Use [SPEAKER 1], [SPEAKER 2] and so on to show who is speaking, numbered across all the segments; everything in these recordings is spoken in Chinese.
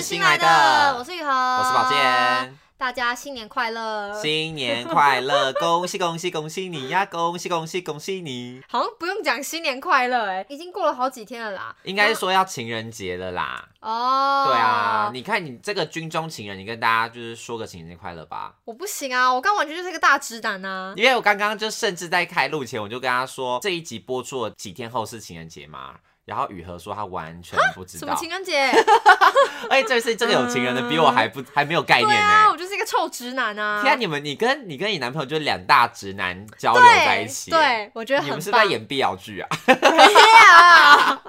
[SPEAKER 1] 新
[SPEAKER 2] 来
[SPEAKER 1] 来的
[SPEAKER 2] 我是雨禾，
[SPEAKER 1] 我
[SPEAKER 2] 我
[SPEAKER 1] 是宝，健，
[SPEAKER 2] 大家新年快乐！
[SPEAKER 1] 新年快乐，恭喜恭喜恭喜你呀，恭喜恭喜恭喜你！
[SPEAKER 2] 好像不用讲新年快乐，哎，已经过了好几天了啦。
[SPEAKER 1] 应该是说要情人节了啦，
[SPEAKER 2] 哦，
[SPEAKER 1] 对啊，，你看你这个军中情人，你跟大家就是说个情人节快乐吧。
[SPEAKER 2] 我不行啊，我刚完全就是个大直男呐、啊。
[SPEAKER 1] 因为我刚刚就甚至在开录前，我就跟他说这一集播出的几天后是情人节嘛，然后雨禾说他完全不知
[SPEAKER 2] 啊什
[SPEAKER 1] 道
[SPEAKER 2] 么，情人 节？
[SPEAKER 1] 而且这次真的有情人的比我还 不还没有概念
[SPEAKER 2] 对
[SPEAKER 1] 呢、
[SPEAKER 2] 啊，我就是一个臭直男啊。
[SPEAKER 1] 天啊，你们你跟你跟你男朋友就是两大直男交流在一起，
[SPEAKER 2] 对，对我觉得
[SPEAKER 1] 你
[SPEAKER 2] 很
[SPEAKER 1] 们
[SPEAKER 2] 棒。
[SPEAKER 1] 是在 演碧瑶剧啊，
[SPEAKER 2] 啊？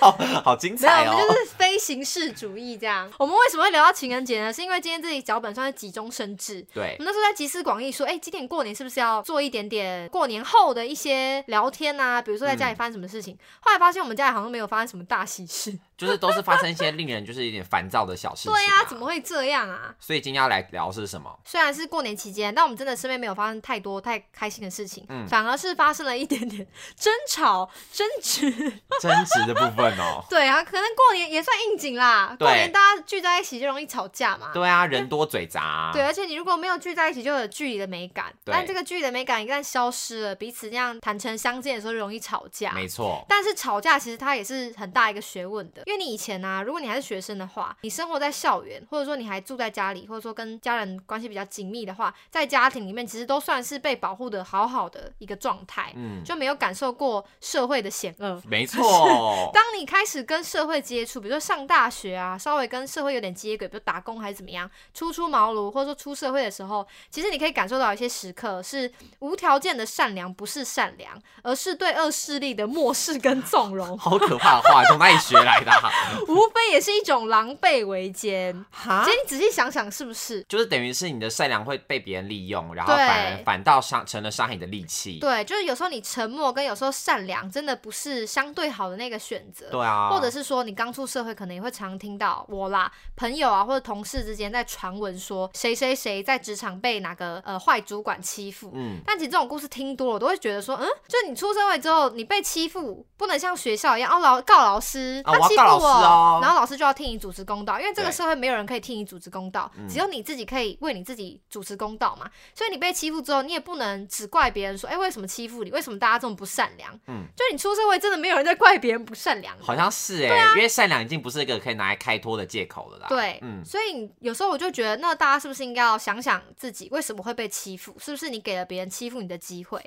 [SPEAKER 1] 好好精
[SPEAKER 2] 没有，
[SPEAKER 1] 彩
[SPEAKER 2] 我们
[SPEAKER 1] 哦！
[SPEAKER 2] 就是非形式主义这样。我们为什么会聊到情人节呢？是因为今天这集脚本算是集中生智，
[SPEAKER 1] 对
[SPEAKER 2] 我，们那时候在集思广益，说，哎、今年过年是不是要做一点点过年后的一些聊天啊？比如说在
[SPEAKER 1] 嗯
[SPEAKER 2] 家里发生什么事情。后来发现我们家里好像没有发生什么大喜事。
[SPEAKER 1] 就是都是发生一些令人就是有点烦躁的小事情、
[SPEAKER 2] 对呀、
[SPEAKER 1] 呀、
[SPEAKER 2] 怎么？会这样啊？
[SPEAKER 1] 所以今天要来聊是什么？
[SPEAKER 2] 虽然是过年期间，但我们真的身边没有发生太多太开心的事情，
[SPEAKER 1] 嗯
[SPEAKER 2] 反而是发生了一点点争吵、争执。 。
[SPEAKER 1] 争执的部分哦
[SPEAKER 2] 对啊，可能过年也算应景啦。
[SPEAKER 1] 对
[SPEAKER 2] 过年大家聚在一起就容易吵架嘛。
[SPEAKER 1] 对啊，人多嘴杂、
[SPEAKER 2] 对，啊而且你如果没有聚在一起，就有距离的美感。
[SPEAKER 1] 对
[SPEAKER 2] 但这个距离的美感一旦消失了，彼此那样坦诚相见的时候，就容易吵架。
[SPEAKER 1] 没错。
[SPEAKER 2] 但是吵架其实它也是很大一个学问的，因为你以前啊，如果你还是学生的话，你生活在校园，或者说你还住在家里，或者说跟家人关系比较紧密的话，在家庭里面其实都算是被保护的好好的一个状态，
[SPEAKER 1] 嗯，
[SPEAKER 2] 就没有感受过社会的险恶。
[SPEAKER 1] 没错。
[SPEAKER 2] 当你开始跟社会接触，比如说上大学啊，稍微跟社会有点接轨，比如打工还是怎么样，初出茅庐或者说出社会的时候，其实你可以感受到一些时刻是无条件的善良，不是善良，而是对恶势力的漠视跟纵容，
[SPEAKER 1] 好可怕的话，从哪里学来的、啊？
[SPEAKER 2] 无非也是一种狼狈为奸。
[SPEAKER 1] 哈
[SPEAKER 2] 其实你仔细想想，是不是？
[SPEAKER 1] 就是等于是你的善良会被别人利用，然后
[SPEAKER 2] 对
[SPEAKER 1] 反而反倒伤成了伤害你的利器。
[SPEAKER 2] 对，就是有时候你沉默跟有时候善良，真的不是相对好的那个选择。
[SPEAKER 1] 对啊，
[SPEAKER 2] 或者是说你刚出社会，可能也会常听到我啦，朋友啊或者同事之间在传闻说谁谁谁在职场被哪个呃坏主管欺负。
[SPEAKER 1] 嗯，
[SPEAKER 2] 但其实这种故事听多了，我都会觉得说，嗯，就你出社会之后，你被欺负，不能像学校一样，哦，老告老师，
[SPEAKER 1] 啊
[SPEAKER 2] 他欺
[SPEAKER 1] 我
[SPEAKER 2] 负
[SPEAKER 1] 要告
[SPEAKER 2] 我，
[SPEAKER 1] 老师哦
[SPEAKER 2] 然后老师就要替你主持公道，因为这个
[SPEAKER 1] 对
[SPEAKER 2] 社会没有人可以替你主持公道，只有你自己可以为你自己主持公道嘛。所以你被欺负之后，你也不能只怪别人说，哎、为什么欺负你？为什么大家这么不善良？
[SPEAKER 1] 嗯
[SPEAKER 2] 就你出社会，真的没有人在怪别人不善良的。
[SPEAKER 1] 好像是哎、因为善良已经不是一个可以拿来开脱的借口了啦。
[SPEAKER 2] 啊对，
[SPEAKER 1] 嗯，
[SPEAKER 2] 所以你有时候我就觉得，那大家是不是应该要想想自己为什么会被欺负？是不是你给了别人欺负你的机会？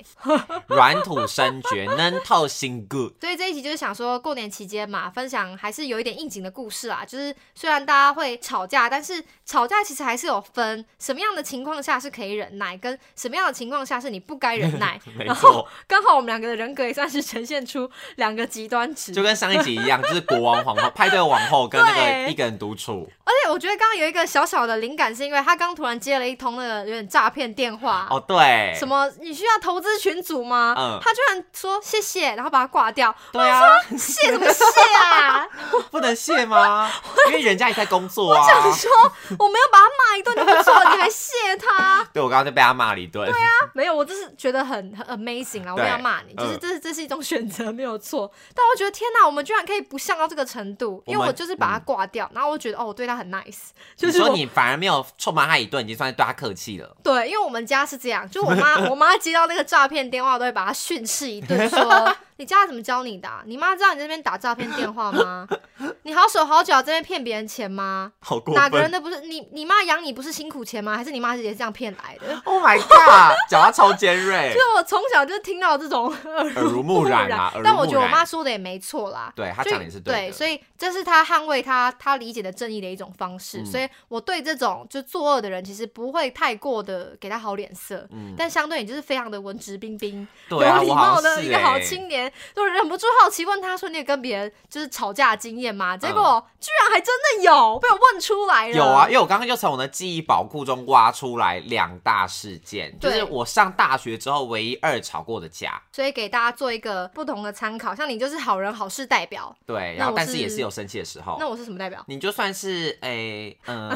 [SPEAKER 1] 软土深掘， 能透心骨。
[SPEAKER 2] 所以这一集就是想说，过年期间嘛，分享还是有一点应景的故事啊。就是虽然大家会吵架，但是吵架其实还是有分什么样的情况下是可以忍耐，跟什么样的情况下是你不该忍耐
[SPEAKER 1] 。没
[SPEAKER 2] 然后
[SPEAKER 1] 错，
[SPEAKER 2] 刚好我们两个的人格也算是呈现出两个极端值，
[SPEAKER 1] 就跟上一集一样，就是国王、皇后、派对王后跟那个
[SPEAKER 2] 对
[SPEAKER 1] 一个人独处。
[SPEAKER 2] 而且我觉得刚刚有一个小小的灵感，是因为他刚突然接了一通那个有点诈骗电话。
[SPEAKER 1] 哦，对，
[SPEAKER 2] 啊什？么？你需要投资群组吗？
[SPEAKER 1] 嗯
[SPEAKER 2] 他居然说谢谢，然后把它挂掉。
[SPEAKER 1] 对啊，
[SPEAKER 2] 谢什么谢啊？
[SPEAKER 1] 不能谢吗？因为人家也在工作啊。
[SPEAKER 2] 想说我没有把他骂一顿就不错，你还谢 他？
[SPEAKER 1] 对，我刚刚就被他骂了一顿。对啊，
[SPEAKER 2] 没有，我就是觉得很很 amazing 啊啦，我
[SPEAKER 1] 对
[SPEAKER 2] 没有骂你，就是
[SPEAKER 1] 嗯
[SPEAKER 2] 这是这是一种选择，没有错。但我觉得天哪，我们居然可以不像到这个程度，因
[SPEAKER 1] 我
[SPEAKER 2] 为
[SPEAKER 1] 们嗯
[SPEAKER 2] 我就是把他挂掉，然后我觉得哦，我对他很 nice，就
[SPEAKER 1] 你
[SPEAKER 2] 是
[SPEAKER 1] 说
[SPEAKER 2] 我。
[SPEAKER 1] 你反而没有臭骂他一顿，已经算是对他客气了。
[SPEAKER 2] 对，因为我们家是这样，就我妈，我妈接到那个诈骗电话，都会把她训斥一顿，说你家怎么教你的啊、你妈知道你在那边打诈骗电话吗？ 你好手好脚在那边骗别人钱吗？
[SPEAKER 1] 好过
[SPEAKER 2] 哪个人的不是你？你妈养你不是辛苦钱吗？还是你妈也是这样骗来 的？
[SPEAKER 1] ！Oh my god，讲话超尖锐
[SPEAKER 2] 就，我从小就听到这种 耳
[SPEAKER 1] 耳濡目染啊，耳濡目染。
[SPEAKER 2] 但我觉得我妈说的也没错啦。
[SPEAKER 1] 对她
[SPEAKER 2] 就
[SPEAKER 1] 讲的也是
[SPEAKER 2] 对，
[SPEAKER 1] 的，
[SPEAKER 2] 所以这是她捍卫她她理解的正义的一种方式。
[SPEAKER 1] 嗯
[SPEAKER 2] 所以我对这种就作恶的人，其实不会太过的给他好脸色。
[SPEAKER 1] 嗯，
[SPEAKER 2] 但相对你就是非常的文质彬彬、
[SPEAKER 1] 对啊，
[SPEAKER 2] 有礼
[SPEAKER 1] 我
[SPEAKER 2] 貌
[SPEAKER 1] 好像
[SPEAKER 2] 的一
[SPEAKER 1] 是
[SPEAKER 2] 个好
[SPEAKER 1] 欸
[SPEAKER 2] 青年，就忍不住好奇问他说：“你有跟别人就是吵架的经验吗？”结果、居然还真的有被我问出来了。
[SPEAKER 1] 嗯有啊，，因为我刚刚就从我的记忆宝库中挖出来两大事件，就
[SPEAKER 2] 对
[SPEAKER 1] 是我上大学之后唯一二吵过的架。
[SPEAKER 2] 所以给大家做一个不同的参考。像你就是好人好事代表，
[SPEAKER 1] 对，
[SPEAKER 2] 那
[SPEAKER 1] 然后
[SPEAKER 2] 我
[SPEAKER 1] 但是
[SPEAKER 2] 是
[SPEAKER 1] 也是有生气的时候
[SPEAKER 2] 那。我是什么代表？
[SPEAKER 1] 你就算是诶，嗯、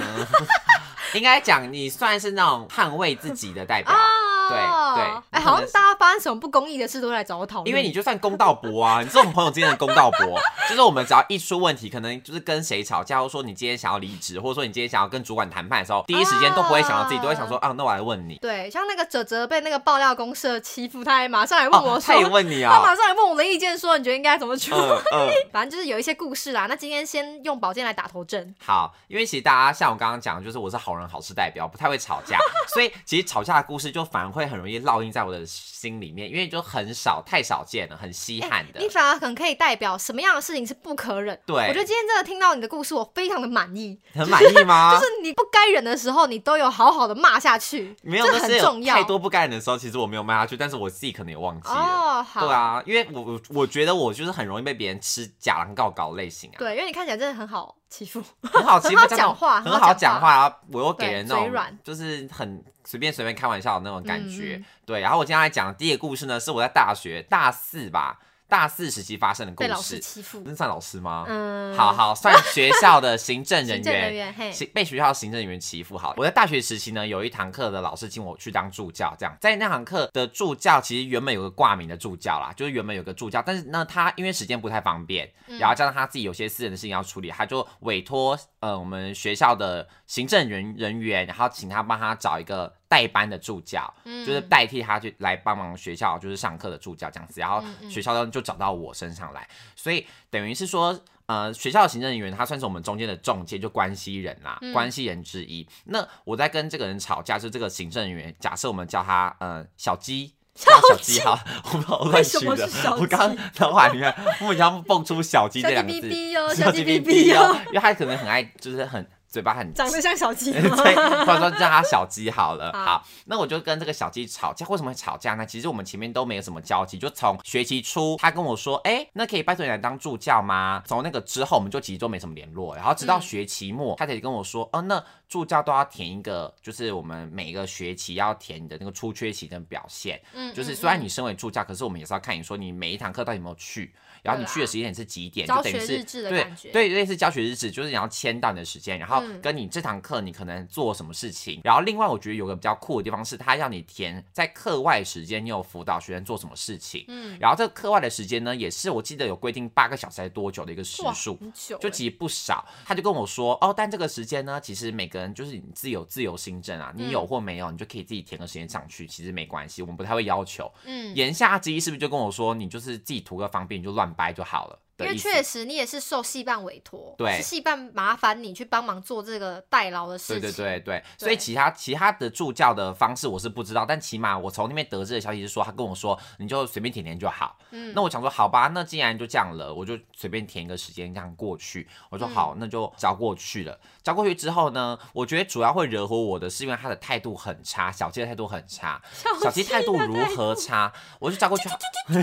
[SPEAKER 1] 应该讲你算是那种捍卫自己的代表。
[SPEAKER 2] 哦，
[SPEAKER 1] 对对
[SPEAKER 2] 哎、好像大家发生什么不公义的事都会来找我讨论，
[SPEAKER 1] 因为你就算公道博啊，你是我们朋友之间的公道博，就是我们只要一出问题，可能就是跟谁吵架，或者说你今天想要离职，或者说你今天想要跟主管谈判的时候，第一时间都不会想到自己，
[SPEAKER 2] 啊
[SPEAKER 1] 都会想说啊，那我来问你，
[SPEAKER 2] 对，像那个哲哲被那个爆料公社欺负，他还马上来问我
[SPEAKER 1] 哦，
[SPEAKER 2] 说，
[SPEAKER 1] 他也问你
[SPEAKER 2] 他
[SPEAKER 1] 啊，
[SPEAKER 2] 马上来问我的意见，说你觉得应该怎么处理。
[SPEAKER 1] 嗯嗯，
[SPEAKER 2] 反正就是有一些故事啦。那今天先用宝剑来打头阵，
[SPEAKER 1] 好，因为其实大家像我刚刚讲，就是我是好人好事代表，不太会吵架，所以其实吵架的故事就反而会很容易烙印在我的心里面，因为就很少，太少见了，很稀罕的
[SPEAKER 2] 哎你。反而很可以代表什么样的事情是不可忍。我
[SPEAKER 1] 对
[SPEAKER 2] 觉得，今天真的听到你的故事，我非常的满意。
[SPEAKER 1] 很满意吗？
[SPEAKER 2] 就是你不该忍的时候，你都有好好的骂下去，
[SPEAKER 1] 没有，
[SPEAKER 2] 这
[SPEAKER 1] 就
[SPEAKER 2] 很
[SPEAKER 1] 是有
[SPEAKER 2] 重要
[SPEAKER 1] 太多不该忍的时候，其实我没有骂下去，但是我自己可能也忘记了。
[SPEAKER 2] 哦，好，
[SPEAKER 1] 对啊，因为我我我觉得我就是很容易被别人吃假狼告搞类型啊，
[SPEAKER 2] 对因为你看起来真的很好欺负，
[SPEAKER 1] 很好欺负，
[SPEAKER 2] 很好
[SPEAKER 1] 这样
[SPEAKER 2] 讲话
[SPEAKER 1] 很
[SPEAKER 2] 很好
[SPEAKER 1] 好
[SPEAKER 2] 讲
[SPEAKER 1] 讲话，然后我又给
[SPEAKER 2] 对
[SPEAKER 1] 人
[SPEAKER 2] 嘴
[SPEAKER 1] 那种
[SPEAKER 2] 软
[SPEAKER 1] 就是很随便随便开玩笑的那种感觉。
[SPEAKER 2] 嗯嗯
[SPEAKER 1] 对，然后我今天来讲的第一个故事呢，是我在大学大四吧，大四时期发生的故
[SPEAKER 2] 被老师
[SPEAKER 1] 事。
[SPEAKER 2] 欺负。
[SPEAKER 1] 那算老师吗？
[SPEAKER 2] 嗯，
[SPEAKER 1] 好，好，算学校的行政人
[SPEAKER 2] 行政人
[SPEAKER 1] 员。
[SPEAKER 2] 员，哎嘿，
[SPEAKER 1] 行被学校行政人员欺负好了。我在大学时期呢，有一堂课的老师请我去当助教，这样在那堂课的助教其实原本有个挂名的助教啦，就是原本有个助教，但是呢，他因为时间不太方便，
[SPEAKER 2] 嗯
[SPEAKER 1] 然后加上他自己有些私人的事情要处理，他就委托呃我们学校的行政人人员，然后请他帮他找一个代班的助教，
[SPEAKER 2] 嗯
[SPEAKER 1] 就是代替他去来帮忙学校就是上课的助教这样子，然后
[SPEAKER 2] 嗯嗯
[SPEAKER 1] 学校就找到我身上来，所以等于是说。呃，学校的行政人员他算是我们中间的中介，就关系人啦，
[SPEAKER 2] 嗯
[SPEAKER 1] 关系人之一。那我在跟这个人吵架，就这个行政人员，假设我们叫他呃小鸡，叫他小鸡好，我不知道 我乱
[SPEAKER 2] 为什
[SPEAKER 1] 取
[SPEAKER 2] 么
[SPEAKER 1] 的
[SPEAKER 2] 是小，
[SPEAKER 1] 我刚脑海里面莫名其妙蹦出小鸡
[SPEAKER 2] 小鸡
[SPEAKER 1] 这两个
[SPEAKER 2] 哔
[SPEAKER 1] 字，
[SPEAKER 2] 哔哟，
[SPEAKER 1] 小
[SPEAKER 2] 小
[SPEAKER 1] 鸡
[SPEAKER 2] 鸡
[SPEAKER 1] 哔
[SPEAKER 2] 哔
[SPEAKER 1] 哔
[SPEAKER 2] 哔哦
[SPEAKER 1] 哟
[SPEAKER 2] 哟，，
[SPEAKER 1] 因为他可能很爱，就是很嘴巴很
[SPEAKER 2] 长得像小鸡吗？
[SPEAKER 1] 对，或者说叫他小鸡好了。
[SPEAKER 2] 好
[SPEAKER 1] 好，那我就跟这个小鸡吵架。为什么会吵架呢？其实我们前面都没有什么交集，就从学期初他跟我说，哎、那可以拜托你来当助教吗？从那个之后，我们就其实都没什么联络。然后直到
[SPEAKER 2] 嗯
[SPEAKER 1] 学期末，他才跟我说，哦，那助教都要填一个，就是我们每个学期要填你的那个出缺席跟表现。
[SPEAKER 2] 嗯
[SPEAKER 1] 就是
[SPEAKER 2] 嗯
[SPEAKER 1] 虽然
[SPEAKER 2] 嗯
[SPEAKER 1] 你身为助教，可是我们也是要看你说你每一堂课到底有没有去，然后你
[SPEAKER 2] 对啦啊
[SPEAKER 1] 去的时间点是几点，
[SPEAKER 2] 教
[SPEAKER 1] 就等于
[SPEAKER 2] 学
[SPEAKER 1] 是
[SPEAKER 2] 日志的
[SPEAKER 1] 对
[SPEAKER 2] 感觉
[SPEAKER 1] 对类似教学日志，就是你要签到你的时间，然后
[SPEAKER 2] 嗯
[SPEAKER 1] 跟你这堂课你可能做什么事情。然后另外我觉得有个比较酷的地方是，他要你填在课外时间你有辅导学生做什么事情，
[SPEAKER 2] 嗯，
[SPEAKER 1] 然后这个课外的时间呢，也是我记得有规定八个小时还是多久的一个时
[SPEAKER 2] 哇，
[SPEAKER 1] 数。
[SPEAKER 2] 很久
[SPEAKER 1] 就
[SPEAKER 2] 欸
[SPEAKER 1] 其实不少，他就跟我说哦，但这个时间呢，其实每个人就是你自由自由新政啊，你有
[SPEAKER 2] 嗯
[SPEAKER 1] 或没有，你就可以自己填个时间上去，其实没关系，我们不太会要求。
[SPEAKER 2] 嗯，
[SPEAKER 1] 言下之意是不是就跟我说，你就是自己图个方便，你就乱掰就好了
[SPEAKER 2] 因
[SPEAKER 1] 的
[SPEAKER 2] 为
[SPEAKER 1] 意思？
[SPEAKER 2] 确实你也是受戏办委托，
[SPEAKER 1] 对
[SPEAKER 2] 是戏办麻烦你去帮忙做这个代劳的事
[SPEAKER 1] 对
[SPEAKER 2] 情，
[SPEAKER 1] 对对对，所以其他其他的助教的方式我是不知道，但起码我从那边得知的消息是说，他跟我说你就随便填填就好。
[SPEAKER 2] 嗯
[SPEAKER 1] 那我想说好吧，那既然就这样了，我就随便填一个时间这样过去。我说
[SPEAKER 2] 嗯
[SPEAKER 1] 好，那就交过去了。交过去之后呢，我觉得主要会惹火我的是因为他的态度很差，小鸡的态度很差。小鸡态度如何差？我就找过去。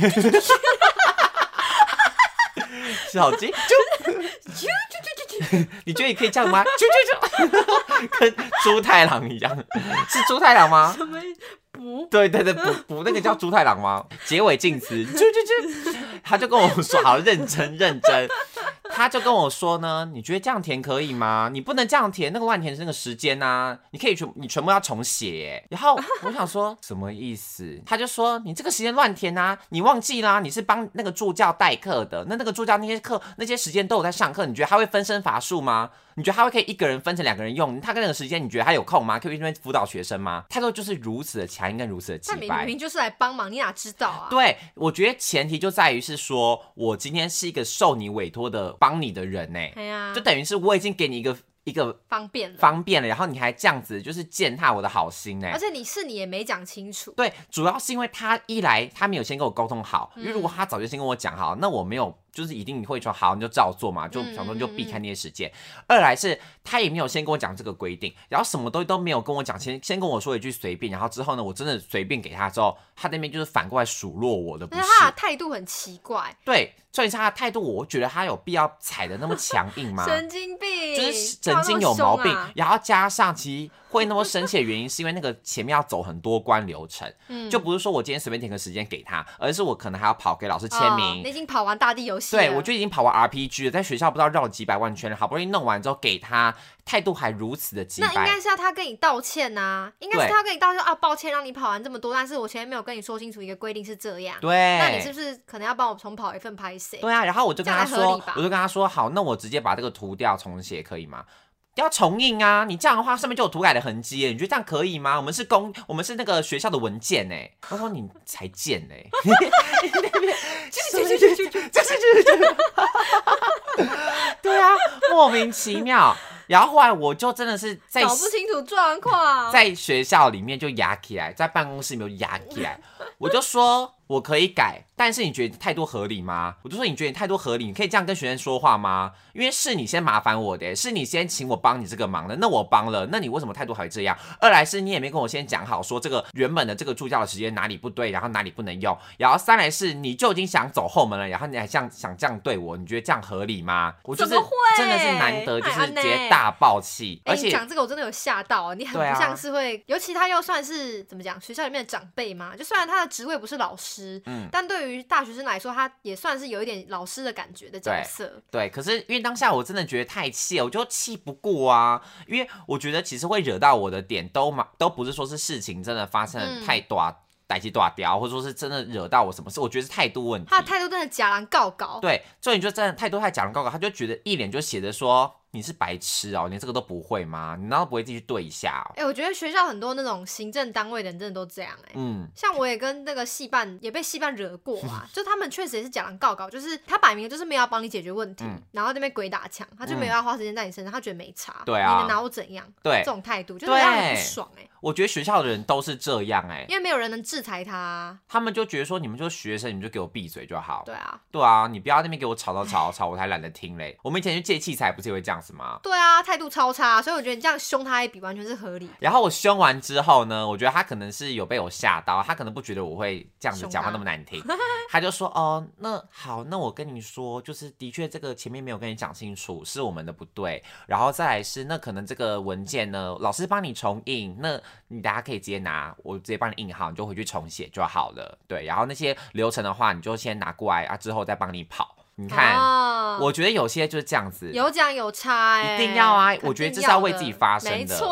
[SPEAKER 1] 小鸡，啾你觉得你可以这样吗？啾啾啾，跟猪太郎一样，是猪太郎吗？
[SPEAKER 2] 什么不？
[SPEAKER 1] 对对对， 补补那个叫猪太郎吗？结尾敬词，啾啾啾，他就跟我说，好认真认真，他就跟我说呢，你觉得这样填可以吗？你不能这样填，那个乱填是那个时间呐、你可以全你全部要重写欸。然后我想说什么意思？他就说你这个时间乱填啊，你忘记啦、你是帮那个助教代课的，那那个助教那些课那些时间都有在上课，你觉得他会分身乏术吗？你觉得他会可以一个人分成两个人用？他跟那个时间，你觉得他有空吗？可以一边辅导学生吗？态度就是如此的强硬跟如此的
[SPEAKER 2] 那
[SPEAKER 1] 直
[SPEAKER 2] 你
[SPEAKER 1] 白
[SPEAKER 2] 明。明就是来帮忙，你哪知道啊？
[SPEAKER 1] 对，我觉得前提就在于是说我今天是一个受你委托的帮你的人呢、欸
[SPEAKER 2] 哎呀，
[SPEAKER 1] 就等于是我已经给你一个一个
[SPEAKER 2] 方便了，
[SPEAKER 1] 方便了，然后你还这样子就是践踏我的好心呢、
[SPEAKER 2] 而且你是你也没讲清楚，
[SPEAKER 1] 对，主要是因为他一来他没有先跟我沟通好，
[SPEAKER 2] 嗯
[SPEAKER 1] 因为如果他早就先跟我讲好，那我没有就是一定会说好你就照做嘛，就
[SPEAKER 2] 嗯
[SPEAKER 1] 想说你就避
[SPEAKER 2] 嗯嗯
[SPEAKER 1] 开那些时间。二来是他也没有先跟我讲这个规定，然后什么东西都没有跟我讲，先先跟我说一句随便，然后之后呢，我真的随便给他之后，他那边就是反过来数落我的不
[SPEAKER 2] 但
[SPEAKER 1] 是
[SPEAKER 2] 是。他的态度很奇怪，
[SPEAKER 1] 对，所以是他的态度，我觉得他有必要踩的那么强硬吗？
[SPEAKER 2] 神经病，
[SPEAKER 1] 就是神经有毛病
[SPEAKER 2] 干嘛那么凶啊，
[SPEAKER 1] 然后加上其实会那么生气的原因，是因为那个前面要走很多关流程，
[SPEAKER 2] 嗯
[SPEAKER 1] 就不是说我今天随便填个时间给他，而是我可能还要跑给老师签
[SPEAKER 2] 哦
[SPEAKER 1] 名。
[SPEAKER 2] 你已经跑完大地游戏了，
[SPEAKER 1] 对，我就已经跑完 RPG 了，在学校不知道绕了几百万圈了，好不容易弄完之后给他，态度还如此的急
[SPEAKER 2] 那应
[SPEAKER 1] 白
[SPEAKER 2] 该。是要他跟你道歉呐、应该是
[SPEAKER 1] 对
[SPEAKER 2] 他跟你道歉啊，抱歉让你跑完这么多，但是我前面没有跟你说清楚一个规定是这样，
[SPEAKER 1] 对，
[SPEAKER 2] 那你是不是可能要帮我重跑一份拍谁？
[SPEAKER 1] 对啊，然后我就跟他
[SPEAKER 2] 这样还合
[SPEAKER 1] 说
[SPEAKER 2] 理吧，
[SPEAKER 1] 我就跟他说，好，那我直接把这个涂掉重写可以吗？要重印啊！你这样的话，上面就有涂改的痕迹耶，你觉得这样可以吗？我们是公，我们是那个学校的文件哎。他说你才贱 哎，
[SPEAKER 2] 去去去去去，
[SPEAKER 1] 就是就是就是， 对啊，莫名其妙。然后后来我就真的是在
[SPEAKER 2] 搞不清楚状况。
[SPEAKER 1] 在学校里面就压起来，在办公室里面压 起来，我就说我可以改，但是你觉得态度合理吗？我就说你觉得你态度合理，你可以这样跟学生说话吗？因为是你先麻烦我的，是你先请我帮你这个忙的，那我帮了，那你为什么态度还会这样？二来是你也没跟我先讲好，说这个原本的这个助教的时间哪里不对，然后哪里不能用，然后三来是你就已经想走后门了，然后你还像想这样对我，你觉得这样合理吗？我就是
[SPEAKER 2] 怎么会
[SPEAKER 1] 真的是难得，就
[SPEAKER 2] 哎
[SPEAKER 1] 是
[SPEAKER 2] 安
[SPEAKER 1] 直
[SPEAKER 2] 内
[SPEAKER 1] 接大爆气，
[SPEAKER 2] 哎、
[SPEAKER 1] 而
[SPEAKER 2] 你
[SPEAKER 1] 且
[SPEAKER 2] 讲这个我真的有吓到啊！你很
[SPEAKER 1] 对啊
[SPEAKER 2] 不像是会，尤其他又算是怎么讲，学校里面的长辈嘛。就虽然他的职位不是老师，
[SPEAKER 1] 嗯
[SPEAKER 2] 但对于大学生来说，他也算是有一点老师的感觉的角
[SPEAKER 1] 对
[SPEAKER 2] 色。
[SPEAKER 1] 对，可是因为当下我真的觉得太气了，我就气不过啊。因为我觉得其实会惹到我的点都嘛都不是说是事情真的发生
[SPEAKER 2] 嗯
[SPEAKER 1] 的太大、歹气大雕，或者说是真的惹到我什么事，我觉得是态度问题
[SPEAKER 2] 他。的态度真的假狼告告，
[SPEAKER 1] 对，重点就真的态度太假人告告，他就觉得一脸就写着说你是白痴哦，你连这个都不会吗？你难道不会自己去对一下、哦？
[SPEAKER 2] 哎、我觉得学校很多那种行政单位的人真的都这样哎、
[SPEAKER 1] 嗯，
[SPEAKER 2] 像我也跟那个戏办也被戏办惹过 啊，就他们确实也是假狼告告，就是他摆明就是没有要帮你解决问题，
[SPEAKER 1] 嗯
[SPEAKER 2] 然后在那边鬼打墙，他就没有要花时间在你身上，他觉得没差，
[SPEAKER 1] 对啊
[SPEAKER 2] 你能拿我怎样？
[SPEAKER 1] 对
[SPEAKER 2] 这，种态度就是让人不
[SPEAKER 1] 对
[SPEAKER 2] 爽哎、
[SPEAKER 1] 我觉得学校的人都是这样哎、
[SPEAKER 2] 因为没有人能制裁他啊，
[SPEAKER 1] 他们就觉得说你们就是学生，你们就给我闭嘴就好。
[SPEAKER 2] 对啊，
[SPEAKER 1] 对啊，你不要在那边给我吵吵吵吵，我才懒得听嘞。我们以前去借器材不是也会这样子吗？
[SPEAKER 2] 对啊，态度超差，所以我觉得你这样凶他一笔完全是合理的。
[SPEAKER 1] 然后我凶完之后呢，我觉得他可能是有被我吓到，他可能不觉得我会这样子
[SPEAKER 2] 凶
[SPEAKER 1] 讲话
[SPEAKER 2] 他
[SPEAKER 1] 那么难听，他就说哦，那好，那我跟你说，就是的确这个前面没有跟你讲清楚，是我们的不对，然后再来是那可能这个文件呢，老师帮你重印，那你大家可以直接拿，我直接帮你印好，你就回去重写就好了，对，然后那些流程的话，你就先拿过来啊，之后再帮你跑，你看，
[SPEAKER 2] 啊
[SPEAKER 1] 我觉得有些就是这样子，
[SPEAKER 2] 有讲有差、欸，
[SPEAKER 1] 一定要啊
[SPEAKER 2] 肯定
[SPEAKER 1] 我觉得这是要为自己发声的
[SPEAKER 2] 没错，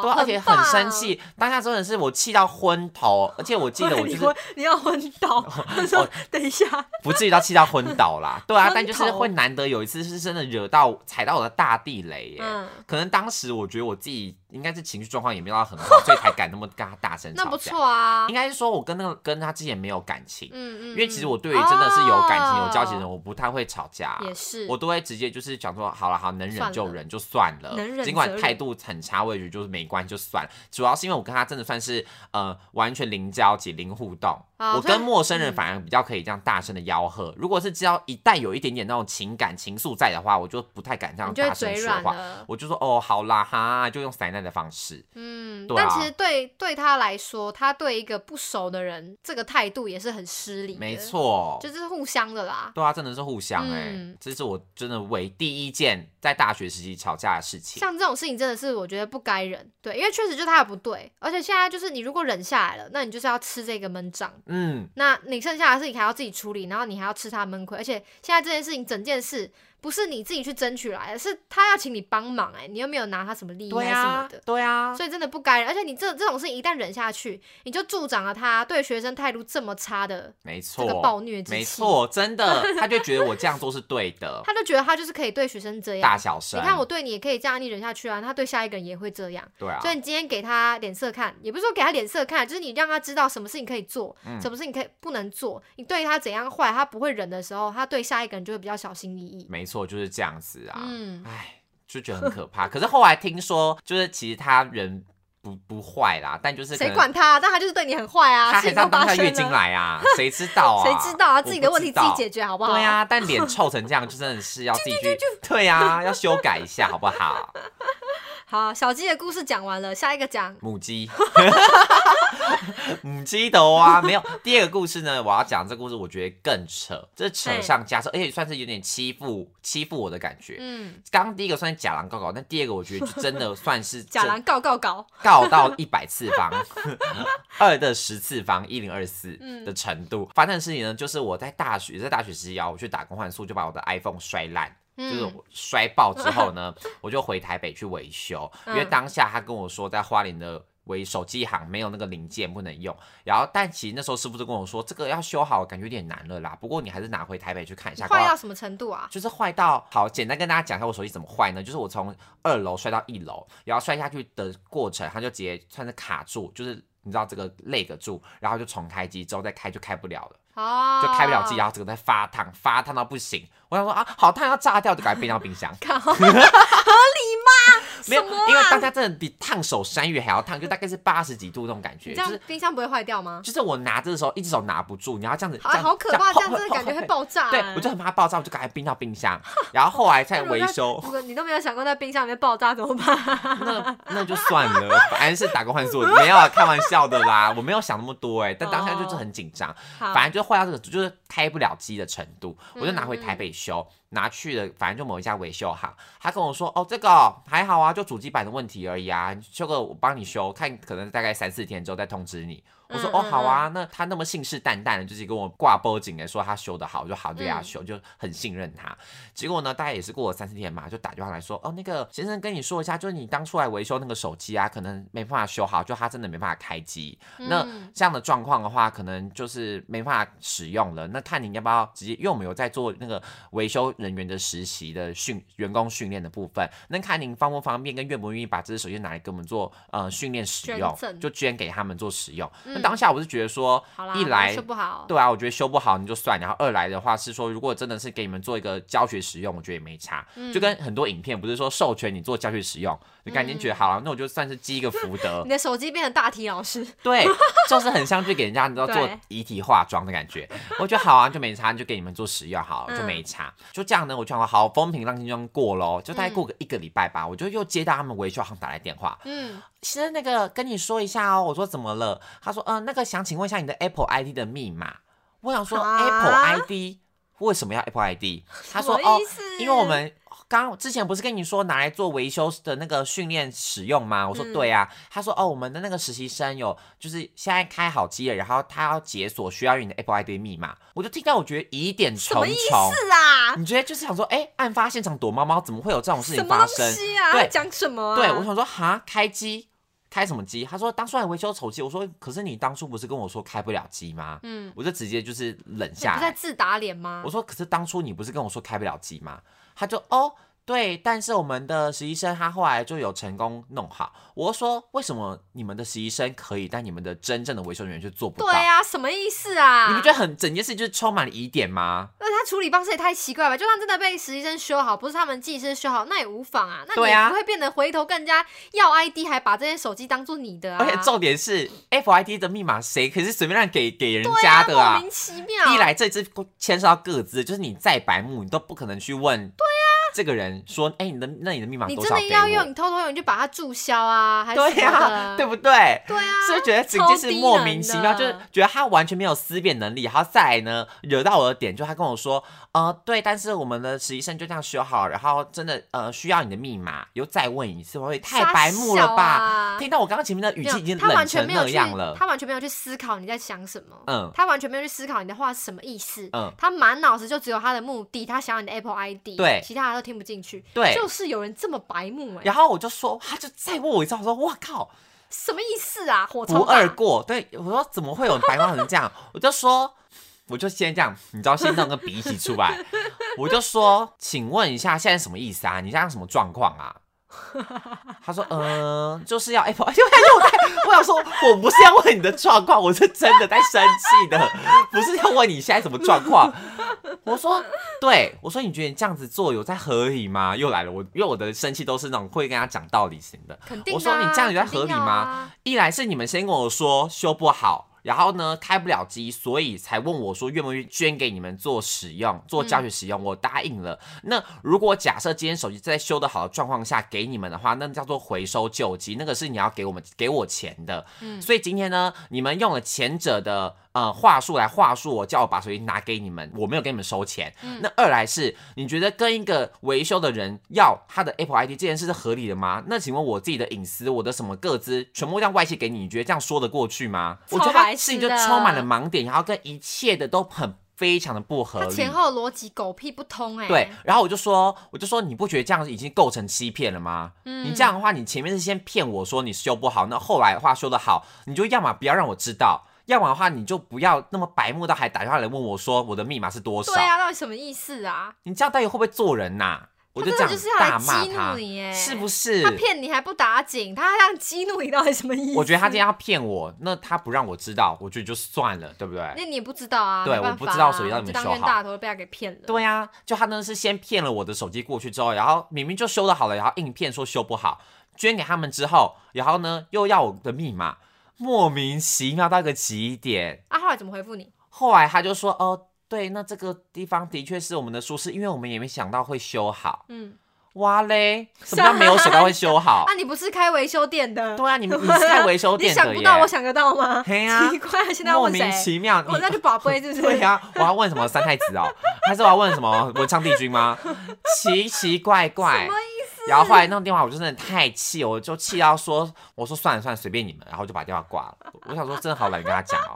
[SPEAKER 1] 对啊，而且很
[SPEAKER 2] 哦棒
[SPEAKER 1] 生，气，当下真的是我气到昏头，而且我记得我就
[SPEAKER 2] 你
[SPEAKER 1] 是哦
[SPEAKER 2] 会你要昏倒， 他说等一下，
[SPEAKER 1] 不至于到气到昏倒啦，对啊
[SPEAKER 2] 昏，
[SPEAKER 1] 但就是
[SPEAKER 2] 头
[SPEAKER 1] 会难得有一次是真的惹到踩到我的大地雷耶。
[SPEAKER 2] 嗯，
[SPEAKER 1] 可能当时我觉得我自己应该是情绪状况也没有到很好，所以才敢那么跟他大声
[SPEAKER 2] 那
[SPEAKER 1] 吵
[SPEAKER 2] 不
[SPEAKER 1] 架。
[SPEAKER 2] 错啊，
[SPEAKER 1] 应该是说我跟那个跟他之前没有感情，
[SPEAKER 2] 嗯嗯，
[SPEAKER 1] 因为其实
[SPEAKER 2] 嗯
[SPEAKER 1] 我对于真的是有感情、有交情
[SPEAKER 2] 哦
[SPEAKER 1] 的人，我不太会吵架啊、
[SPEAKER 2] 也是，
[SPEAKER 1] 我都会直接就是讲说，好了好，能
[SPEAKER 2] 算
[SPEAKER 1] 忍
[SPEAKER 2] 了
[SPEAKER 1] 就忍就算了，
[SPEAKER 2] 能忍
[SPEAKER 1] 尽管
[SPEAKER 2] 则
[SPEAKER 1] 态
[SPEAKER 2] 忍
[SPEAKER 1] 度很差，我也觉得就是没关系就算了。主要是因为我跟他真的算是呃完全零交集、零互动，
[SPEAKER 2] 啊
[SPEAKER 1] 我
[SPEAKER 2] 所以
[SPEAKER 1] 跟陌生
[SPEAKER 2] 嗯
[SPEAKER 1] 人反而比较可以这样大声的吆喝。如果是只要一旦有一点点那种情感情愫在的话，我就不太敢这样
[SPEAKER 2] 你就会
[SPEAKER 1] 大声
[SPEAKER 2] 嘴
[SPEAKER 1] 说
[SPEAKER 2] 软
[SPEAKER 1] 话。
[SPEAKER 2] 了，
[SPEAKER 1] 我就说哦，好啦哈，就用塞奶的方式，
[SPEAKER 2] 嗯，
[SPEAKER 1] 对
[SPEAKER 2] 但
[SPEAKER 1] 啊
[SPEAKER 2] 其实对对他来说，他对一个不熟的人，这个态度也是很失礼，
[SPEAKER 1] 没，错，
[SPEAKER 2] 就是互相的啦，
[SPEAKER 1] 对啊，真的是互相哎、
[SPEAKER 2] 嗯
[SPEAKER 1] 这是我真的唯第一件在大学时期吵架的事情。
[SPEAKER 2] 像这种事情真的是我觉得不该忍，对，因为确实就他的不对，而且现在就是你如果忍下来了，那你就是要吃这个闷仗，
[SPEAKER 1] 嗯，
[SPEAKER 2] 那你剩下的事情还要自己处理，然后你还要吃他闷亏，而且现在这件事情整件事不是你自己去争取来的，是他要请你帮忙、哎，你又没有拿他什么利益还
[SPEAKER 1] 对
[SPEAKER 2] 是什么
[SPEAKER 1] 啊
[SPEAKER 2] 的，，
[SPEAKER 1] 对啊，
[SPEAKER 2] 所以真的不该忍，而且你这这种事情一旦忍下去，你就助长了他对学生态度这么差的
[SPEAKER 1] 没
[SPEAKER 2] 这
[SPEAKER 1] 错，
[SPEAKER 2] 个暴虐之气。
[SPEAKER 1] 没，错，真的，他就觉得我这样做是对的，
[SPEAKER 2] 他就觉得他就是可以 对学生这
[SPEAKER 1] 大
[SPEAKER 2] 样。
[SPEAKER 1] 小声。
[SPEAKER 2] 你看我，对你也可以这样，你忍下去啊，他对下一个人也会这样。
[SPEAKER 1] 对啊
[SPEAKER 2] 所，以你今天给他脸色看，也不是说给他脸色看，就是你让他知道什么事情可以做，
[SPEAKER 1] 嗯
[SPEAKER 2] 什么事情可以不能做。你对他怎样坏，他不会忍的时候，他对下一个人就会比较小心翼翼。
[SPEAKER 1] 没错，就是这样子啊。
[SPEAKER 2] 嗯，
[SPEAKER 1] 唉，就觉得很可怕。可是后来听说，就是其实他人不不坏啦，但就是可
[SPEAKER 2] 谁
[SPEAKER 1] 能
[SPEAKER 2] 管他、但他就是对你很坏啊，
[SPEAKER 1] 他
[SPEAKER 2] 事
[SPEAKER 1] 还
[SPEAKER 2] 情都
[SPEAKER 1] 让当
[SPEAKER 2] 发
[SPEAKER 1] 下
[SPEAKER 2] 生
[SPEAKER 1] 月经
[SPEAKER 2] 了，
[SPEAKER 1] 来啊，谁知道 啊？
[SPEAKER 2] 谁知道啊？
[SPEAKER 1] 我
[SPEAKER 2] 自己的
[SPEAKER 1] 不
[SPEAKER 2] 问
[SPEAKER 1] 知
[SPEAKER 2] 题自己
[SPEAKER 1] 道
[SPEAKER 2] 解决好不好？
[SPEAKER 1] 对啊，但脸臭成这样，就真的是要自己去对啊，要修改一下好不好？
[SPEAKER 2] 好啊，小鸡的故事讲完了，下一个讲
[SPEAKER 1] 母鸡， 母鸡头啊，没有。第二个故事呢，我要讲这故事，我觉得更扯，这扯上加扯，而且算是有点欺负欺负我的感觉。
[SPEAKER 2] 嗯，
[SPEAKER 1] 刚刚第一个算是假狼告告，但第二个我觉得就真的 算是
[SPEAKER 2] 假狼告告告，
[SPEAKER 1] 真告到一百次方， 二的十次方一零二四
[SPEAKER 2] 嗯
[SPEAKER 1] 的程度。发生的事情呢，就是我在大学在大学时期啊，我去打工换宿，就把我的 iPhone 摔烂。就是
[SPEAKER 2] 嗯
[SPEAKER 1] 我摔爆之后 呢，我就回台北去维修，因为
[SPEAKER 2] 嗯
[SPEAKER 1] 当下他跟我说在花莲的维手机行没有那个零件不能用，然后但其实那时候师傅就跟我说这个要修好，感觉有点难了啦，不过你还是拿回台北去看一下。搞不
[SPEAKER 2] 坏
[SPEAKER 1] 好
[SPEAKER 2] 到什么程度啊？
[SPEAKER 1] 就是坏到好，简单跟大家讲一下我手机怎么坏呢？就是我从二楼摔到一楼，然后摔下去的过程，它就直接算是卡住，就是你知道这个 leg 住，然后就重开机，之后再开就开不了了。
[SPEAKER 2] 哦，
[SPEAKER 1] 就开不了机，啊然后整个在发烫，发烫到不行。我想说啊，好烫要炸掉，就赶快变到冰箱。
[SPEAKER 2] 靠，合理吗？
[SPEAKER 1] 没有，
[SPEAKER 2] 什么啊
[SPEAKER 1] 因为大家真的比烫手山芋还要烫，就大 概是八十几度那种感觉，
[SPEAKER 2] 你这样
[SPEAKER 1] 就是
[SPEAKER 2] 冰箱不会坏掉吗？
[SPEAKER 1] 就是我拿着的时候，一只手拿不住，你要这样子，这
[SPEAKER 2] 啊，
[SPEAKER 1] 样
[SPEAKER 2] 好可怕！这样
[SPEAKER 1] 后
[SPEAKER 2] 真的感觉
[SPEAKER 1] 后
[SPEAKER 2] 会爆炸欸。
[SPEAKER 1] 对，我就很怕爆炸，我就赶快冰到 冰箱，然后后来再
[SPEAKER 2] 那如果
[SPEAKER 1] 维
[SPEAKER 2] 在
[SPEAKER 1] 修
[SPEAKER 2] 如。果你都没有想过在冰箱里面爆炸怎么办？
[SPEAKER 1] 那那就算了，反正是打工换宿，没有啊，开玩笑的啦，我没有想那么多哎、但当下就是很紧张，
[SPEAKER 2] 好，
[SPEAKER 1] 反正就坏到这个就是开不了机的程度，我就拿回
[SPEAKER 2] 嗯嗯
[SPEAKER 1] 台北修，拿去了，反正就某一家维修行，他跟我说哦这个哦还好啊，就主机板的问题而已啊，修个我帮你修，看可能大概三四天之后再通知你。我说
[SPEAKER 2] 嗯
[SPEAKER 1] 哦
[SPEAKER 2] 嗯
[SPEAKER 1] 好啊，那他那么信誓旦旦的，就是跟我挂包紧的说他修的好，我就好就给他
[SPEAKER 2] 嗯
[SPEAKER 1] 修，就很信任他。结果呢，大概也是过了三四天嘛，就打电话来说，哦，那个先生跟你说一下，就是你当初来维修那个手机啊，可能没办法修好，就它真的没办法开机。那
[SPEAKER 2] 嗯
[SPEAKER 1] 这样的状况的话，可能就是没办法使用了。那看你要不要直接，因为我们有在做那个维修人员的实习的训员工训练的部分，那看您方不方便跟愿不愿意把这只手机拿来给我们做呃训练使
[SPEAKER 2] 捐
[SPEAKER 1] 用，
[SPEAKER 2] 赠
[SPEAKER 1] 就捐给他们做使用。那
[SPEAKER 2] 嗯
[SPEAKER 1] 当下我是觉得说
[SPEAKER 2] 好啦，，
[SPEAKER 1] 一来
[SPEAKER 2] 说不好，
[SPEAKER 1] 对啊，我觉得修不好你就算，然后二来的话是说，如果真的是给你们做一个教学使用，我觉得也没差。就跟很多影片不是说授权你做教学使用，你赶紧觉得好啊了、那我就算是积一个福德
[SPEAKER 2] 你。的手机变成大体老师，
[SPEAKER 1] 对，就是很像去给人家你知道做
[SPEAKER 2] 对
[SPEAKER 1] 遗体化妆的感觉。我觉得好啊，就没差，就给你们做使用好了，就没差。就这样呢，我就想说好，风平浪静就过喽。就大概过个一个礼拜吧，我就又接到他们维修行打来电话，
[SPEAKER 2] 嗯，
[SPEAKER 1] 先生，那个跟你说一下哦。我说怎么了？他说，嗯、那个想请问一下你的 Apple ID 的密码。我想说
[SPEAKER 2] 啊
[SPEAKER 1] Apple ID 为什么要 Apple ID？他说，
[SPEAKER 2] 什么
[SPEAKER 1] 哦
[SPEAKER 2] 意，思
[SPEAKER 1] 因为我们刚之前不是跟你说拿来做维修的那个训练使用吗？我说
[SPEAKER 2] 嗯
[SPEAKER 1] 对啊。他说，哦，我们的那个实习生有就是现在开好机了，然后他要解锁需要用你的 Apple ID 密码。我就听到我觉得疑点
[SPEAKER 2] 什
[SPEAKER 1] 重
[SPEAKER 2] 么意
[SPEAKER 1] 重。
[SPEAKER 2] 思啊？
[SPEAKER 1] 你觉得就是想说，哎、案发现场躲猫猫，怎么会有这种事
[SPEAKER 2] 什
[SPEAKER 1] 情
[SPEAKER 2] 么
[SPEAKER 1] 发
[SPEAKER 2] 东
[SPEAKER 1] 生？
[SPEAKER 2] 西啊？
[SPEAKER 1] 对
[SPEAKER 2] 讲什么啊？
[SPEAKER 1] 对，我想说哈，开机开什么机？他说当初来维修手机，我说可是你当初不是跟我说开不了机吗？
[SPEAKER 2] 嗯，
[SPEAKER 1] 我就直接就是冷
[SPEAKER 2] 你
[SPEAKER 1] 下
[SPEAKER 2] 不在
[SPEAKER 1] 来，
[SPEAKER 2] 自打脸吗？
[SPEAKER 1] 我说可是当初你不是跟我说开不了机吗？他就哦。对，但是我们的实习生他后来就有成功弄好。我就说为什么你们的实习生可以，但你们的真正的维修人员却做不到？
[SPEAKER 2] 对啊，什么意思啊？
[SPEAKER 1] 你不觉得很整件事就是充满了疑点吗？
[SPEAKER 2] 那他处理方式也太奇怪吧？就算真的被实习生修好，不是他们技师修好，那也无妨啊。那你
[SPEAKER 1] 对
[SPEAKER 2] 也
[SPEAKER 1] 啊
[SPEAKER 2] 不会变得回头更加要 ID，还把这些手机当做你的啊？
[SPEAKER 1] 而且重点是 F I D 的密码谁可是随便让给给人
[SPEAKER 2] 对
[SPEAKER 1] 家
[SPEAKER 2] 啊，
[SPEAKER 1] 的
[SPEAKER 2] 莫
[SPEAKER 1] 啊？
[SPEAKER 2] 名其妙。
[SPEAKER 1] 一来这只牵涉到各自，就是你再白目，你都不可能去问。对呀、这个人说，哎、你的那你的密码
[SPEAKER 2] 啊你
[SPEAKER 1] 多
[SPEAKER 2] 真
[SPEAKER 1] 少
[SPEAKER 2] 的
[SPEAKER 1] 给
[SPEAKER 2] 要用，
[SPEAKER 1] 我？
[SPEAKER 2] 你偷偷用，你就把它注销啊，还是
[SPEAKER 1] 对
[SPEAKER 2] 什
[SPEAKER 1] 呀、
[SPEAKER 2] 么 的
[SPEAKER 1] 对不对？
[SPEAKER 2] 对啊，
[SPEAKER 1] 所以觉得整件事莫名其妙，就是觉得他完全没有思辨能力。然后再来呢，惹到我的点，就他跟我说，呃，对，但是我们的实习生就这样修好，然后真的呃需要你的密码，又再问一次，我也太白目了吧？
[SPEAKER 2] 吧
[SPEAKER 1] 听到我刚刚前面的语气已经
[SPEAKER 2] 他
[SPEAKER 1] 冷
[SPEAKER 2] 完全
[SPEAKER 1] 成
[SPEAKER 2] 啊没有
[SPEAKER 1] 那
[SPEAKER 2] 去
[SPEAKER 1] 样了，，
[SPEAKER 2] 他完全没有去思考你在想什么，
[SPEAKER 1] 嗯
[SPEAKER 2] 他完全没有去思考你的话是什么意思，
[SPEAKER 1] 嗯
[SPEAKER 2] 他满脑子就只有他的目的，他想要你的 Apple ID，
[SPEAKER 1] 对
[SPEAKER 2] 其他的都听不进去，
[SPEAKER 1] 对
[SPEAKER 2] 就是有人这么白目哎、
[SPEAKER 1] 然后我就说，他就再问我一次，我说，哇靠，
[SPEAKER 2] 什么意思啊？火
[SPEAKER 1] 不
[SPEAKER 2] 冲
[SPEAKER 1] 二
[SPEAKER 2] 吧，
[SPEAKER 1] 过。对，我说怎么会有白猫成这样？我就说，我就先这样，你知道，先弄个鼻涕出来，我就说，请问一下，现在什么意思啊？你现在什么状况啊？他说，嗯、就是要 Apple，因为 我在，我想说，我不是要问你的状况，我是真的在生气的，不是要问你现在什么状况。我说，对，我说你觉得你这样子做有在合理吗？又来了，我因为我的生气都是那种会跟他讲道理型的，
[SPEAKER 2] 肯定、啊。
[SPEAKER 1] 我说你这样有在
[SPEAKER 2] 肯定
[SPEAKER 1] 合理
[SPEAKER 2] 要
[SPEAKER 1] 吗
[SPEAKER 2] 啊？
[SPEAKER 1] 一来是你们先跟我说修不好，然后呢开不了机，所以才问我说愿不愿意捐给你们做使用，做教学使用，我答应了。那如果假设今天手机在修得好的状况下给你们的话，那叫做回收旧机，那个是你要给我们给我钱的。
[SPEAKER 2] 嗯
[SPEAKER 1] 所以今天呢，你们用了前者的呃话术来话术我，叫我把手机拿给你们，我没有给你们收钱。嗯那二来是，你觉得跟一个维修的人要他的 Apple ID 这件事是合理的吗？那请问我自己的隐私，我的什么个资，全部这样外泄给你，你觉得这样说得过去吗？我觉得
[SPEAKER 2] 超
[SPEAKER 1] 他
[SPEAKER 2] 白
[SPEAKER 1] 事
[SPEAKER 2] 痴
[SPEAKER 1] 情
[SPEAKER 2] 的
[SPEAKER 1] 就充满了盲点，然后跟一切的都很非常的不合
[SPEAKER 2] 他
[SPEAKER 1] 理。
[SPEAKER 2] 前后逻辑狗屁不通哎、
[SPEAKER 1] 对，，然后我就说，我就说你不觉得这样已经构成欺骗了吗？
[SPEAKER 2] 嗯
[SPEAKER 1] 你这样的话，你前面是先骗我说你修不好，那后来的话修得好，你就要么不要让我知道，要么的话你就不要那么白目到还打电话来问我说我的密码是多少
[SPEAKER 2] 对。啊，到底什么意思啊？
[SPEAKER 1] 你这样到底会不会做人呐、我
[SPEAKER 2] 他
[SPEAKER 1] 就
[SPEAKER 2] 真
[SPEAKER 1] 这
[SPEAKER 2] 的
[SPEAKER 1] 样
[SPEAKER 2] 就是要来
[SPEAKER 1] 大骂
[SPEAKER 2] 激
[SPEAKER 1] 他
[SPEAKER 2] 怒，你哎、
[SPEAKER 1] 是不是
[SPEAKER 2] 他？骗你还不打紧，他这样激怒你到底什么意思？
[SPEAKER 1] 我觉得他今天要骗我，那他不让我知道，我觉得就算了，对不对？
[SPEAKER 2] 那你也不知道啊，
[SPEAKER 1] 对
[SPEAKER 2] 没办
[SPEAKER 1] 我不
[SPEAKER 2] 法
[SPEAKER 1] 知道
[SPEAKER 2] 啊
[SPEAKER 1] 手机到底
[SPEAKER 2] 就
[SPEAKER 1] 有没有
[SPEAKER 2] 当
[SPEAKER 1] 修
[SPEAKER 2] 冤
[SPEAKER 1] 好
[SPEAKER 2] 大头被他给骗了。
[SPEAKER 1] 对呀、就他呢是先骗了我的手机过去之后，然后明明就修的好了，然后硬骗说修不好，捐给他们之后，然后呢又要我的密码，莫名其妙到一个极点。
[SPEAKER 2] 啊，后来怎么回复你？
[SPEAKER 1] 后来他就说，哦，对，那这个地方的确是我们的疏失，因为我们也没想到会修好。
[SPEAKER 2] 嗯，
[SPEAKER 1] 哇嘞，什么叫没有 想到会修好
[SPEAKER 2] 啊，？你不是开维修店的？
[SPEAKER 1] 啊 对啊，你们你是在维修
[SPEAKER 2] 你
[SPEAKER 1] 店
[SPEAKER 2] 想
[SPEAKER 1] 的
[SPEAKER 2] 不
[SPEAKER 1] 耶，
[SPEAKER 2] 到，我想得到吗？
[SPEAKER 1] 嘿啊
[SPEAKER 2] 奇怪，现在要
[SPEAKER 1] 莫
[SPEAKER 2] 问
[SPEAKER 1] 名
[SPEAKER 2] 谁？
[SPEAKER 1] 其妙，
[SPEAKER 2] 我
[SPEAKER 1] 你
[SPEAKER 2] 那就宝贝 是不是？
[SPEAKER 1] 对呀、我要问什么三太子 哦，还是我要问什么文昌帝君吗？奇奇怪怪
[SPEAKER 2] 什么，
[SPEAKER 1] 然后后来那种电话，我就真的太气，我就气到说，我说算了算了，随便你们，然后就把电话挂了。我想说，真的好懒得跟他讲哦，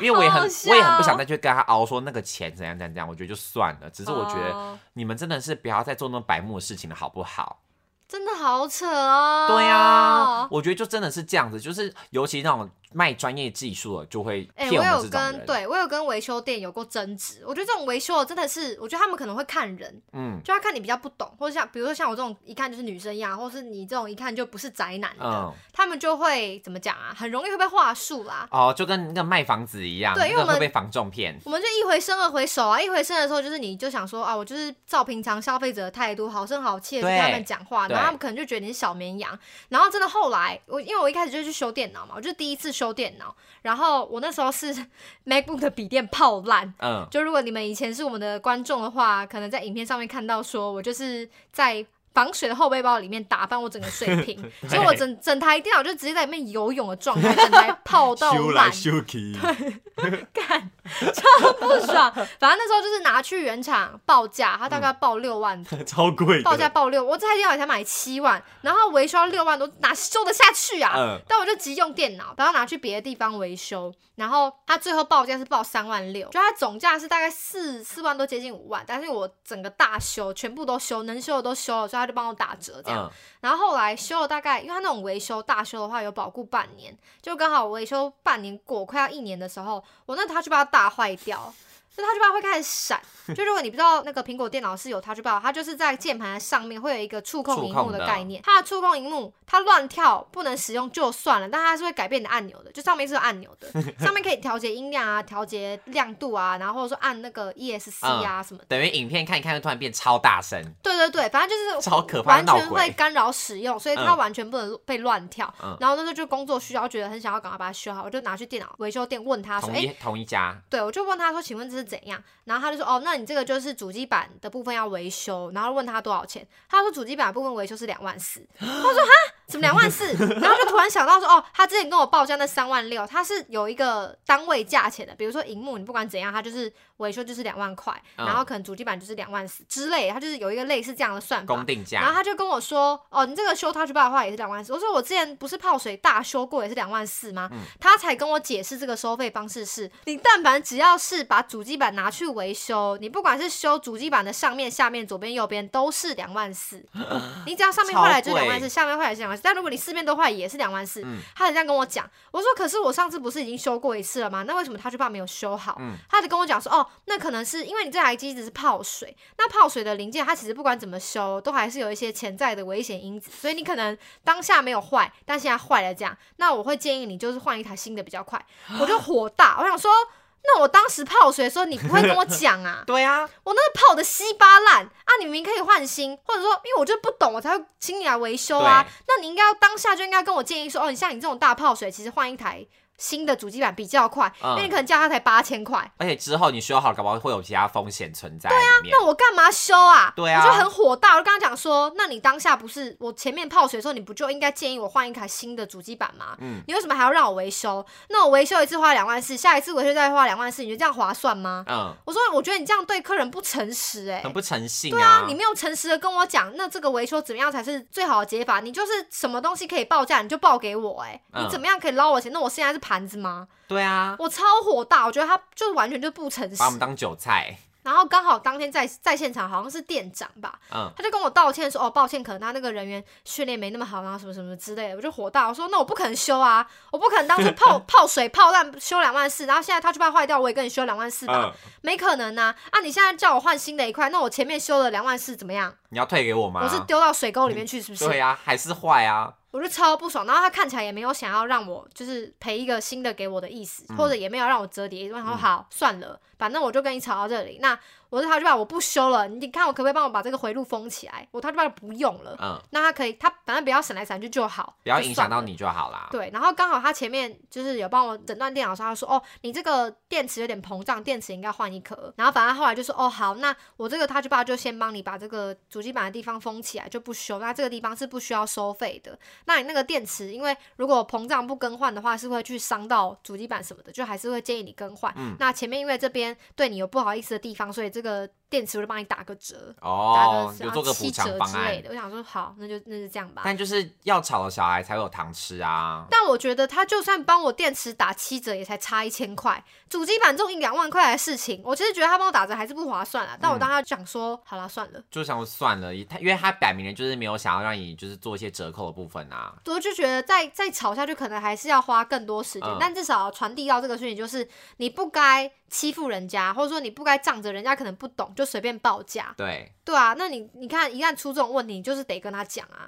[SPEAKER 1] 因为我也很
[SPEAKER 2] 好好笑
[SPEAKER 1] 我也很不想再去跟他熬说那个钱怎样怎样怎样，我觉得就算了。只是我觉得
[SPEAKER 2] 哦
[SPEAKER 1] 你们真的是不要再做那么白目的事情了，好不好？
[SPEAKER 2] 真的好扯哦。
[SPEAKER 1] 对呀、我觉得就真的是这样子，就是尤其那种卖专业技术的就会
[SPEAKER 2] 哎、
[SPEAKER 1] 骗
[SPEAKER 2] 我
[SPEAKER 1] 我们
[SPEAKER 2] 有
[SPEAKER 1] 这种人。
[SPEAKER 2] 跟，对我有跟维修店有过争执。我觉得这种维修的真的是，我觉得他们可能会看人，
[SPEAKER 1] 嗯
[SPEAKER 2] 就他看你比较不懂，或者像比如说像我这种一看就是女生一样，或是你这种一看就不是宅男的，
[SPEAKER 1] 嗯。
[SPEAKER 2] 他们就会怎么讲啊？很容易会被话术啦。
[SPEAKER 1] 哦，就跟那个卖房子一样，
[SPEAKER 2] 对因为
[SPEAKER 1] 那个
[SPEAKER 2] 我们
[SPEAKER 1] 会被房仲骗。
[SPEAKER 2] 我们就一回生二回熟啊，一回生的时候就是你就想说啊，我就是照平常消费者的态度，好声好气的
[SPEAKER 1] 对
[SPEAKER 2] 跟他们讲话，
[SPEAKER 1] 对
[SPEAKER 2] 然后他们可能就觉得你是小绵羊。然后真的后来我因为我一开始就去修电脑嘛，我就第一次修电脑，然后我那时候是 MacBook 的笔电泡烂。
[SPEAKER 1] 嗯，
[SPEAKER 2] 就如果你们以前是我们的观众的话，可能在影片上面看到说我就是在防水的后背包里面打翻我整个水瓶，所以我整整台电脑就直接在里面游泳的状态，整台泡到烂，
[SPEAKER 1] 修去，
[SPEAKER 2] 干超不 爽。啊反正那时候就是拿去原厂报价，它大概报六万。
[SPEAKER 1] 超贵的
[SPEAKER 2] 报价报六，我这台电脑才买七万，然后维修要六万多，哪修得下去啊？
[SPEAKER 1] 嗯
[SPEAKER 2] 但我就急用电脑，然后拿去别的地方维修，然后他最后报价是报三万六，就他总价是大概四四万多，接近五万，但是我整个大修，全部都修，能修的都修了，所以他就帮我打折这样。
[SPEAKER 1] 嗯，
[SPEAKER 2] 然后后来修了大概，因为他那种维修大修的话有保固半年，就刚好维修半年过快要一年的时候，我那他就把它大坏掉。就它就把会开始 闪，就如果你不知道那个苹果电脑是有它就把，它就是在键盘上面会有一个触控荧
[SPEAKER 1] 触
[SPEAKER 2] 幕
[SPEAKER 1] 控的
[SPEAKER 2] 的概念，它的触控荧幕它乱跳不能使用就算了，但它是会改变你的按钮的，就上面是有按钮 的，上面可以调节音量啊，调节亮度啊，然后或者说按那个 ESC 啊什么的。
[SPEAKER 1] 等于影片看一看，突然变超大声，
[SPEAKER 2] 对对对，反正就是
[SPEAKER 1] 超可怕
[SPEAKER 2] 哦完
[SPEAKER 1] 闹
[SPEAKER 2] 全会
[SPEAKER 1] 鬼
[SPEAKER 2] 干扰使用，所以它
[SPEAKER 1] 嗯
[SPEAKER 2] 完全不能被乱跳。
[SPEAKER 1] 嗯
[SPEAKER 2] 然后那时候就工作需要，觉得很想要赶快把它修好，我就拿去电脑维修店问他说：“
[SPEAKER 1] 同
[SPEAKER 2] 哎、
[SPEAKER 1] 一同一家，
[SPEAKER 2] 对，我就问他说，请问这是怎样？然后他就说，哦，那你这个就是主机板的部分要维修，然后问他多少钱？他说主机板的部分维修是两万四。他说哈，怎么两万四？ 然后就突然想到说，哦，他之前跟我报价那三万六，他是有一个单位价钱的，比如说荧幕，你不管怎样，他就是维修就是两万块，
[SPEAKER 1] 嗯
[SPEAKER 2] 然后可能主机板就是两万四之类的，他就是有一个类似这样的算法
[SPEAKER 1] 公。定
[SPEAKER 2] 然后
[SPEAKER 1] 价，
[SPEAKER 2] 他就跟我说：“哦，你这个修 Touch Bar 的话也是两万四。”我说：“我之前不是泡水大修过也是两万四吗？”
[SPEAKER 1] 嗯
[SPEAKER 2] 他才跟我解释这个收费方式是：你但凡只要是把主机板拿去维修，你不管是修主机板的上面、下面、左边、右边，都是两万 四。你只要上面坏了就
[SPEAKER 1] 超
[SPEAKER 2] 两
[SPEAKER 1] 贵
[SPEAKER 2] 万四，下面坏了是两万四。但如果你四面都坏也是两万四。
[SPEAKER 1] 嗯
[SPEAKER 2] 他才这样跟我讲，我说：“可是我上次不是已经修过一次了吗？那为什么 Touch Bar 没有修好？”
[SPEAKER 1] 嗯？
[SPEAKER 2] 他就跟我讲说：“哦，那可能是因为你这台机子是泡水，那泡水的零件，它其实不管怎么修，都还是有一些潜在的危险因子，所以你可能当下没有坏，但现在坏了这样，那我会建议你就是换一台新的比较快。我就火大，我想说，那我当时泡水的时候，你不会跟我讲啊
[SPEAKER 1] 对啊，
[SPEAKER 2] 我那个泡的稀巴烂啊，你明明可以换新，或者说，因为我就不懂，我才会请你来维修啊
[SPEAKER 1] 对。
[SPEAKER 2] 那你应该要当下就应该跟我建议说，哦，你像你这种大泡水，其实换一台新的主机版比较快，
[SPEAKER 1] 嗯
[SPEAKER 2] 因为你可能叫它才八千块，
[SPEAKER 1] 而且之后你修好，搞不好会有其他风险存在里面。
[SPEAKER 2] 那我干嘛修啊？
[SPEAKER 1] 对啊
[SPEAKER 2] 我就很火大，我就跟他讲说，那你当下不是我前面泡水的时候，你不就应该建议我换一台新的主机板吗？
[SPEAKER 1] 嗯
[SPEAKER 2] 你为什么还要让我维修？那我维修一次花两万四，下一次维修再花两万四，你觉得这样划算吗？
[SPEAKER 1] 嗯，
[SPEAKER 2] 我说，我觉得你这样对客人不诚实、欸，
[SPEAKER 1] 很不诚信
[SPEAKER 2] 对啊，你没有诚实的跟我讲，那这个维修怎么样才是最好的解法？你就是什么东西可以报价，你就报给我、欸，哎、
[SPEAKER 1] 嗯
[SPEAKER 2] 你怎么样可以捞我钱？那我现在是盘子吗？
[SPEAKER 1] 对啊，
[SPEAKER 2] 我超火大，我觉得他就完全就不诚实
[SPEAKER 1] 把我。们当韭菜。
[SPEAKER 2] 然后刚好当天在在现场好像是店长吧，
[SPEAKER 1] 嗯，
[SPEAKER 2] 他就跟我道歉说，哦，抱歉，可能他那个人员训练没那么好，然啊后什么什么之类的，我就火大，我说那我不可能修啊，我不可能当 初泡泡水泡烂修两万四，然后现在他去把它坏掉，我也跟你修两万四吧，
[SPEAKER 1] 嗯，
[SPEAKER 2] 没可能呐、啊！你现在叫我换新的一块，那我前面修了两万四怎么样？
[SPEAKER 1] 你要退给我吗？
[SPEAKER 2] 我是丢到水沟里面去，是不是？
[SPEAKER 1] 对啊，还是坏啊？
[SPEAKER 2] 我就超不爽。然后他看起来也没有想要让我就是赔一个新的给我的意思，
[SPEAKER 1] 嗯
[SPEAKER 2] 或者也没有让我折叠。然后好、算了，反正我就跟你吵到这里。那我是他就把我不修了，你看我可不可以帮我把这个回路封起来？我他就把不用了。
[SPEAKER 1] 嗯，
[SPEAKER 2] 那他可以，他反正不要闪来闪去就好，
[SPEAKER 1] 不要
[SPEAKER 2] 就
[SPEAKER 1] 影
[SPEAKER 2] 算
[SPEAKER 1] 响到
[SPEAKER 2] 了。
[SPEAKER 1] 你就好啦。
[SPEAKER 2] 对，然后刚好他前面就是有帮我诊断电脑的时候，他说哦，你这个电池有点膨胀，电池应该换一壳。然后反正后来就说哦好，那我这个他就爸就先帮你把这个主机板的地方封起来，就不修。那这个地方是不需要收费的。那你那个电池，因为如果膨胀不更换的话，是会去伤到主机板什么的，就还是会建议你更换。
[SPEAKER 1] 嗯
[SPEAKER 2] 那前面因为这边对你有不好意思的地方，所以这个电池我就帮你打个折，打
[SPEAKER 1] 哦
[SPEAKER 2] 个，
[SPEAKER 1] 有
[SPEAKER 2] 啊
[SPEAKER 1] 做个补
[SPEAKER 2] 七
[SPEAKER 1] 偿
[SPEAKER 2] 折
[SPEAKER 1] 方
[SPEAKER 2] 之类
[SPEAKER 1] 案，
[SPEAKER 2] 的。我想说好，那就那就这样吧。
[SPEAKER 1] 但就是要吵的小孩才会有糖吃啊。
[SPEAKER 2] 但我觉得他就算帮我电池打七折，也才差一千块，主机板这种一两万块的事情，我其实觉得他帮我打折还是不划算啦。但我
[SPEAKER 1] 嗯
[SPEAKER 2] 当时讲说，好啦，算了，
[SPEAKER 1] 就想说算了，他因为他摆明了就是没有想要让你就是做一些折扣的部分啊。
[SPEAKER 2] 我就觉得再再吵下去，可能还是要花更多时间。
[SPEAKER 1] 嗯
[SPEAKER 2] 但至少传递到这个讯息，就是你不该欺负人家，或者说你不该仗着人家可能不懂就随便报价，
[SPEAKER 1] 对，
[SPEAKER 2] 对啊。那你你看，一旦出这种问题，你就是得跟他讲啊。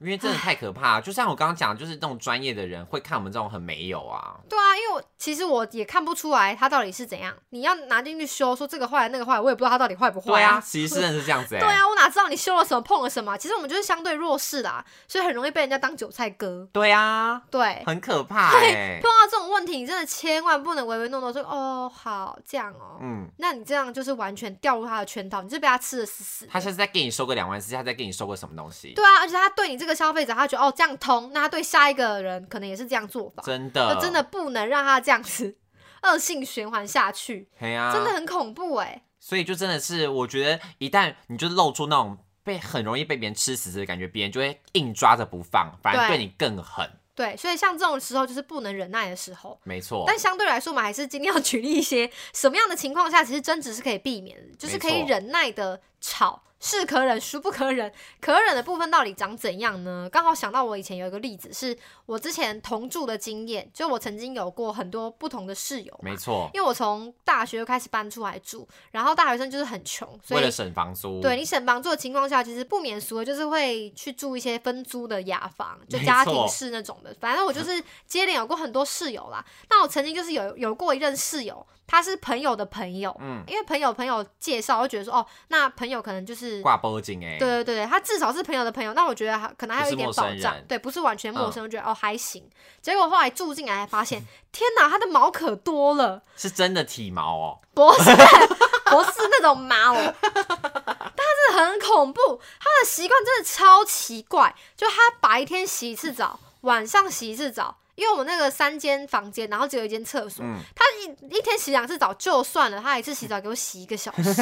[SPEAKER 1] 因为真的太可怕，就像我刚刚讲，就是那种专业的人会看我们这种很没有啊。
[SPEAKER 2] 对啊，因为我其实我也看不出来他到底是怎样。你要拿进去修，说这个坏那个坏，我也不知道他到底坏不坏
[SPEAKER 1] 对啊，其实真的是这样子哎、
[SPEAKER 2] 对啊，我哪知道你修了什么碰了什么啊？其实我们就是相对弱势啦，所以很容易被人家当韭菜割。
[SPEAKER 1] 对啊，
[SPEAKER 2] 对，
[SPEAKER 1] 很可怕哎、
[SPEAKER 2] 碰到这种问题，你真的千万不能唯唯诺诺说哦好这样哦，
[SPEAKER 1] 嗯，
[SPEAKER 2] 那你这样就是完全掉入他的圈套，你就被他吃的死死的。
[SPEAKER 1] 他下次再给你收个两万四，下次再给你收个什么东西？
[SPEAKER 2] 对啊，而且他对你这个消费者，他觉得哦这样通，那他对下一个人可能也是这样做法，
[SPEAKER 1] 真
[SPEAKER 2] 那
[SPEAKER 1] 的，
[SPEAKER 2] 呃真的，不能让他这样子 恶性循环下去，
[SPEAKER 1] 哎呀、
[SPEAKER 2] 真的很恐怖哎、
[SPEAKER 1] 所以就真的是，我觉得一旦你就露出那种被很容易被别人吃死的感觉，别人就会硬抓着不放，反而
[SPEAKER 2] 对
[SPEAKER 1] 对你更狠。
[SPEAKER 2] 对，所以像这种时候就是不能忍耐的时候。
[SPEAKER 1] 没错，
[SPEAKER 2] 但相对来说，我们还是今天要 举例一些什么样的情况下，其实争执是可以避免的，就是可
[SPEAKER 1] 没
[SPEAKER 2] 以
[SPEAKER 1] 错
[SPEAKER 2] 忍耐的吵，是可忍，孰不可忍，可忍的部分到底长怎样呢？刚好想到我以前有一个例子，是我之前同住的经验，就我曾经有过很多不同的室友嘛
[SPEAKER 1] 没。错，
[SPEAKER 2] 因为我从大学就开始搬出来住，然后大学生就是很穷，所
[SPEAKER 1] 为
[SPEAKER 2] 以
[SPEAKER 1] 了省房租，
[SPEAKER 2] 对你省房租的情况下，其实不免俗的就是会去住一些分租的雅房，就
[SPEAKER 1] 没
[SPEAKER 2] 家
[SPEAKER 1] 错
[SPEAKER 2] 庭式那种的。反 正我就是接连有过很多室友啦。那我曾经就是有有过一任室友，他是朋友的朋友，
[SPEAKER 1] 嗯，
[SPEAKER 2] 因为朋友朋友介绍，我就觉得说哦，那朋友可能就是。
[SPEAKER 1] 挂脖颈哎，
[SPEAKER 2] 对对对，他至少是朋友的朋友，那我觉得还可能还有一点
[SPEAKER 1] 不是陌
[SPEAKER 2] 保
[SPEAKER 1] 生
[SPEAKER 2] 障
[SPEAKER 1] 人，嗯
[SPEAKER 2] 对，不是完全陌生，我觉得哦还行。结果后来住进来才发 现，天哪，他的毛可多了，
[SPEAKER 1] 是真的体毛哦，
[SPEAKER 2] 不是不是那种猫，但它真的很恐怖。它的习惯真的超奇怪，就它白天洗一次澡，晚上洗一次澡。因为我们那个三间房间，然后只有一间厕所，
[SPEAKER 1] 嗯，
[SPEAKER 2] 它一一天洗两次澡就算了，它一次洗澡给我洗一个小 时。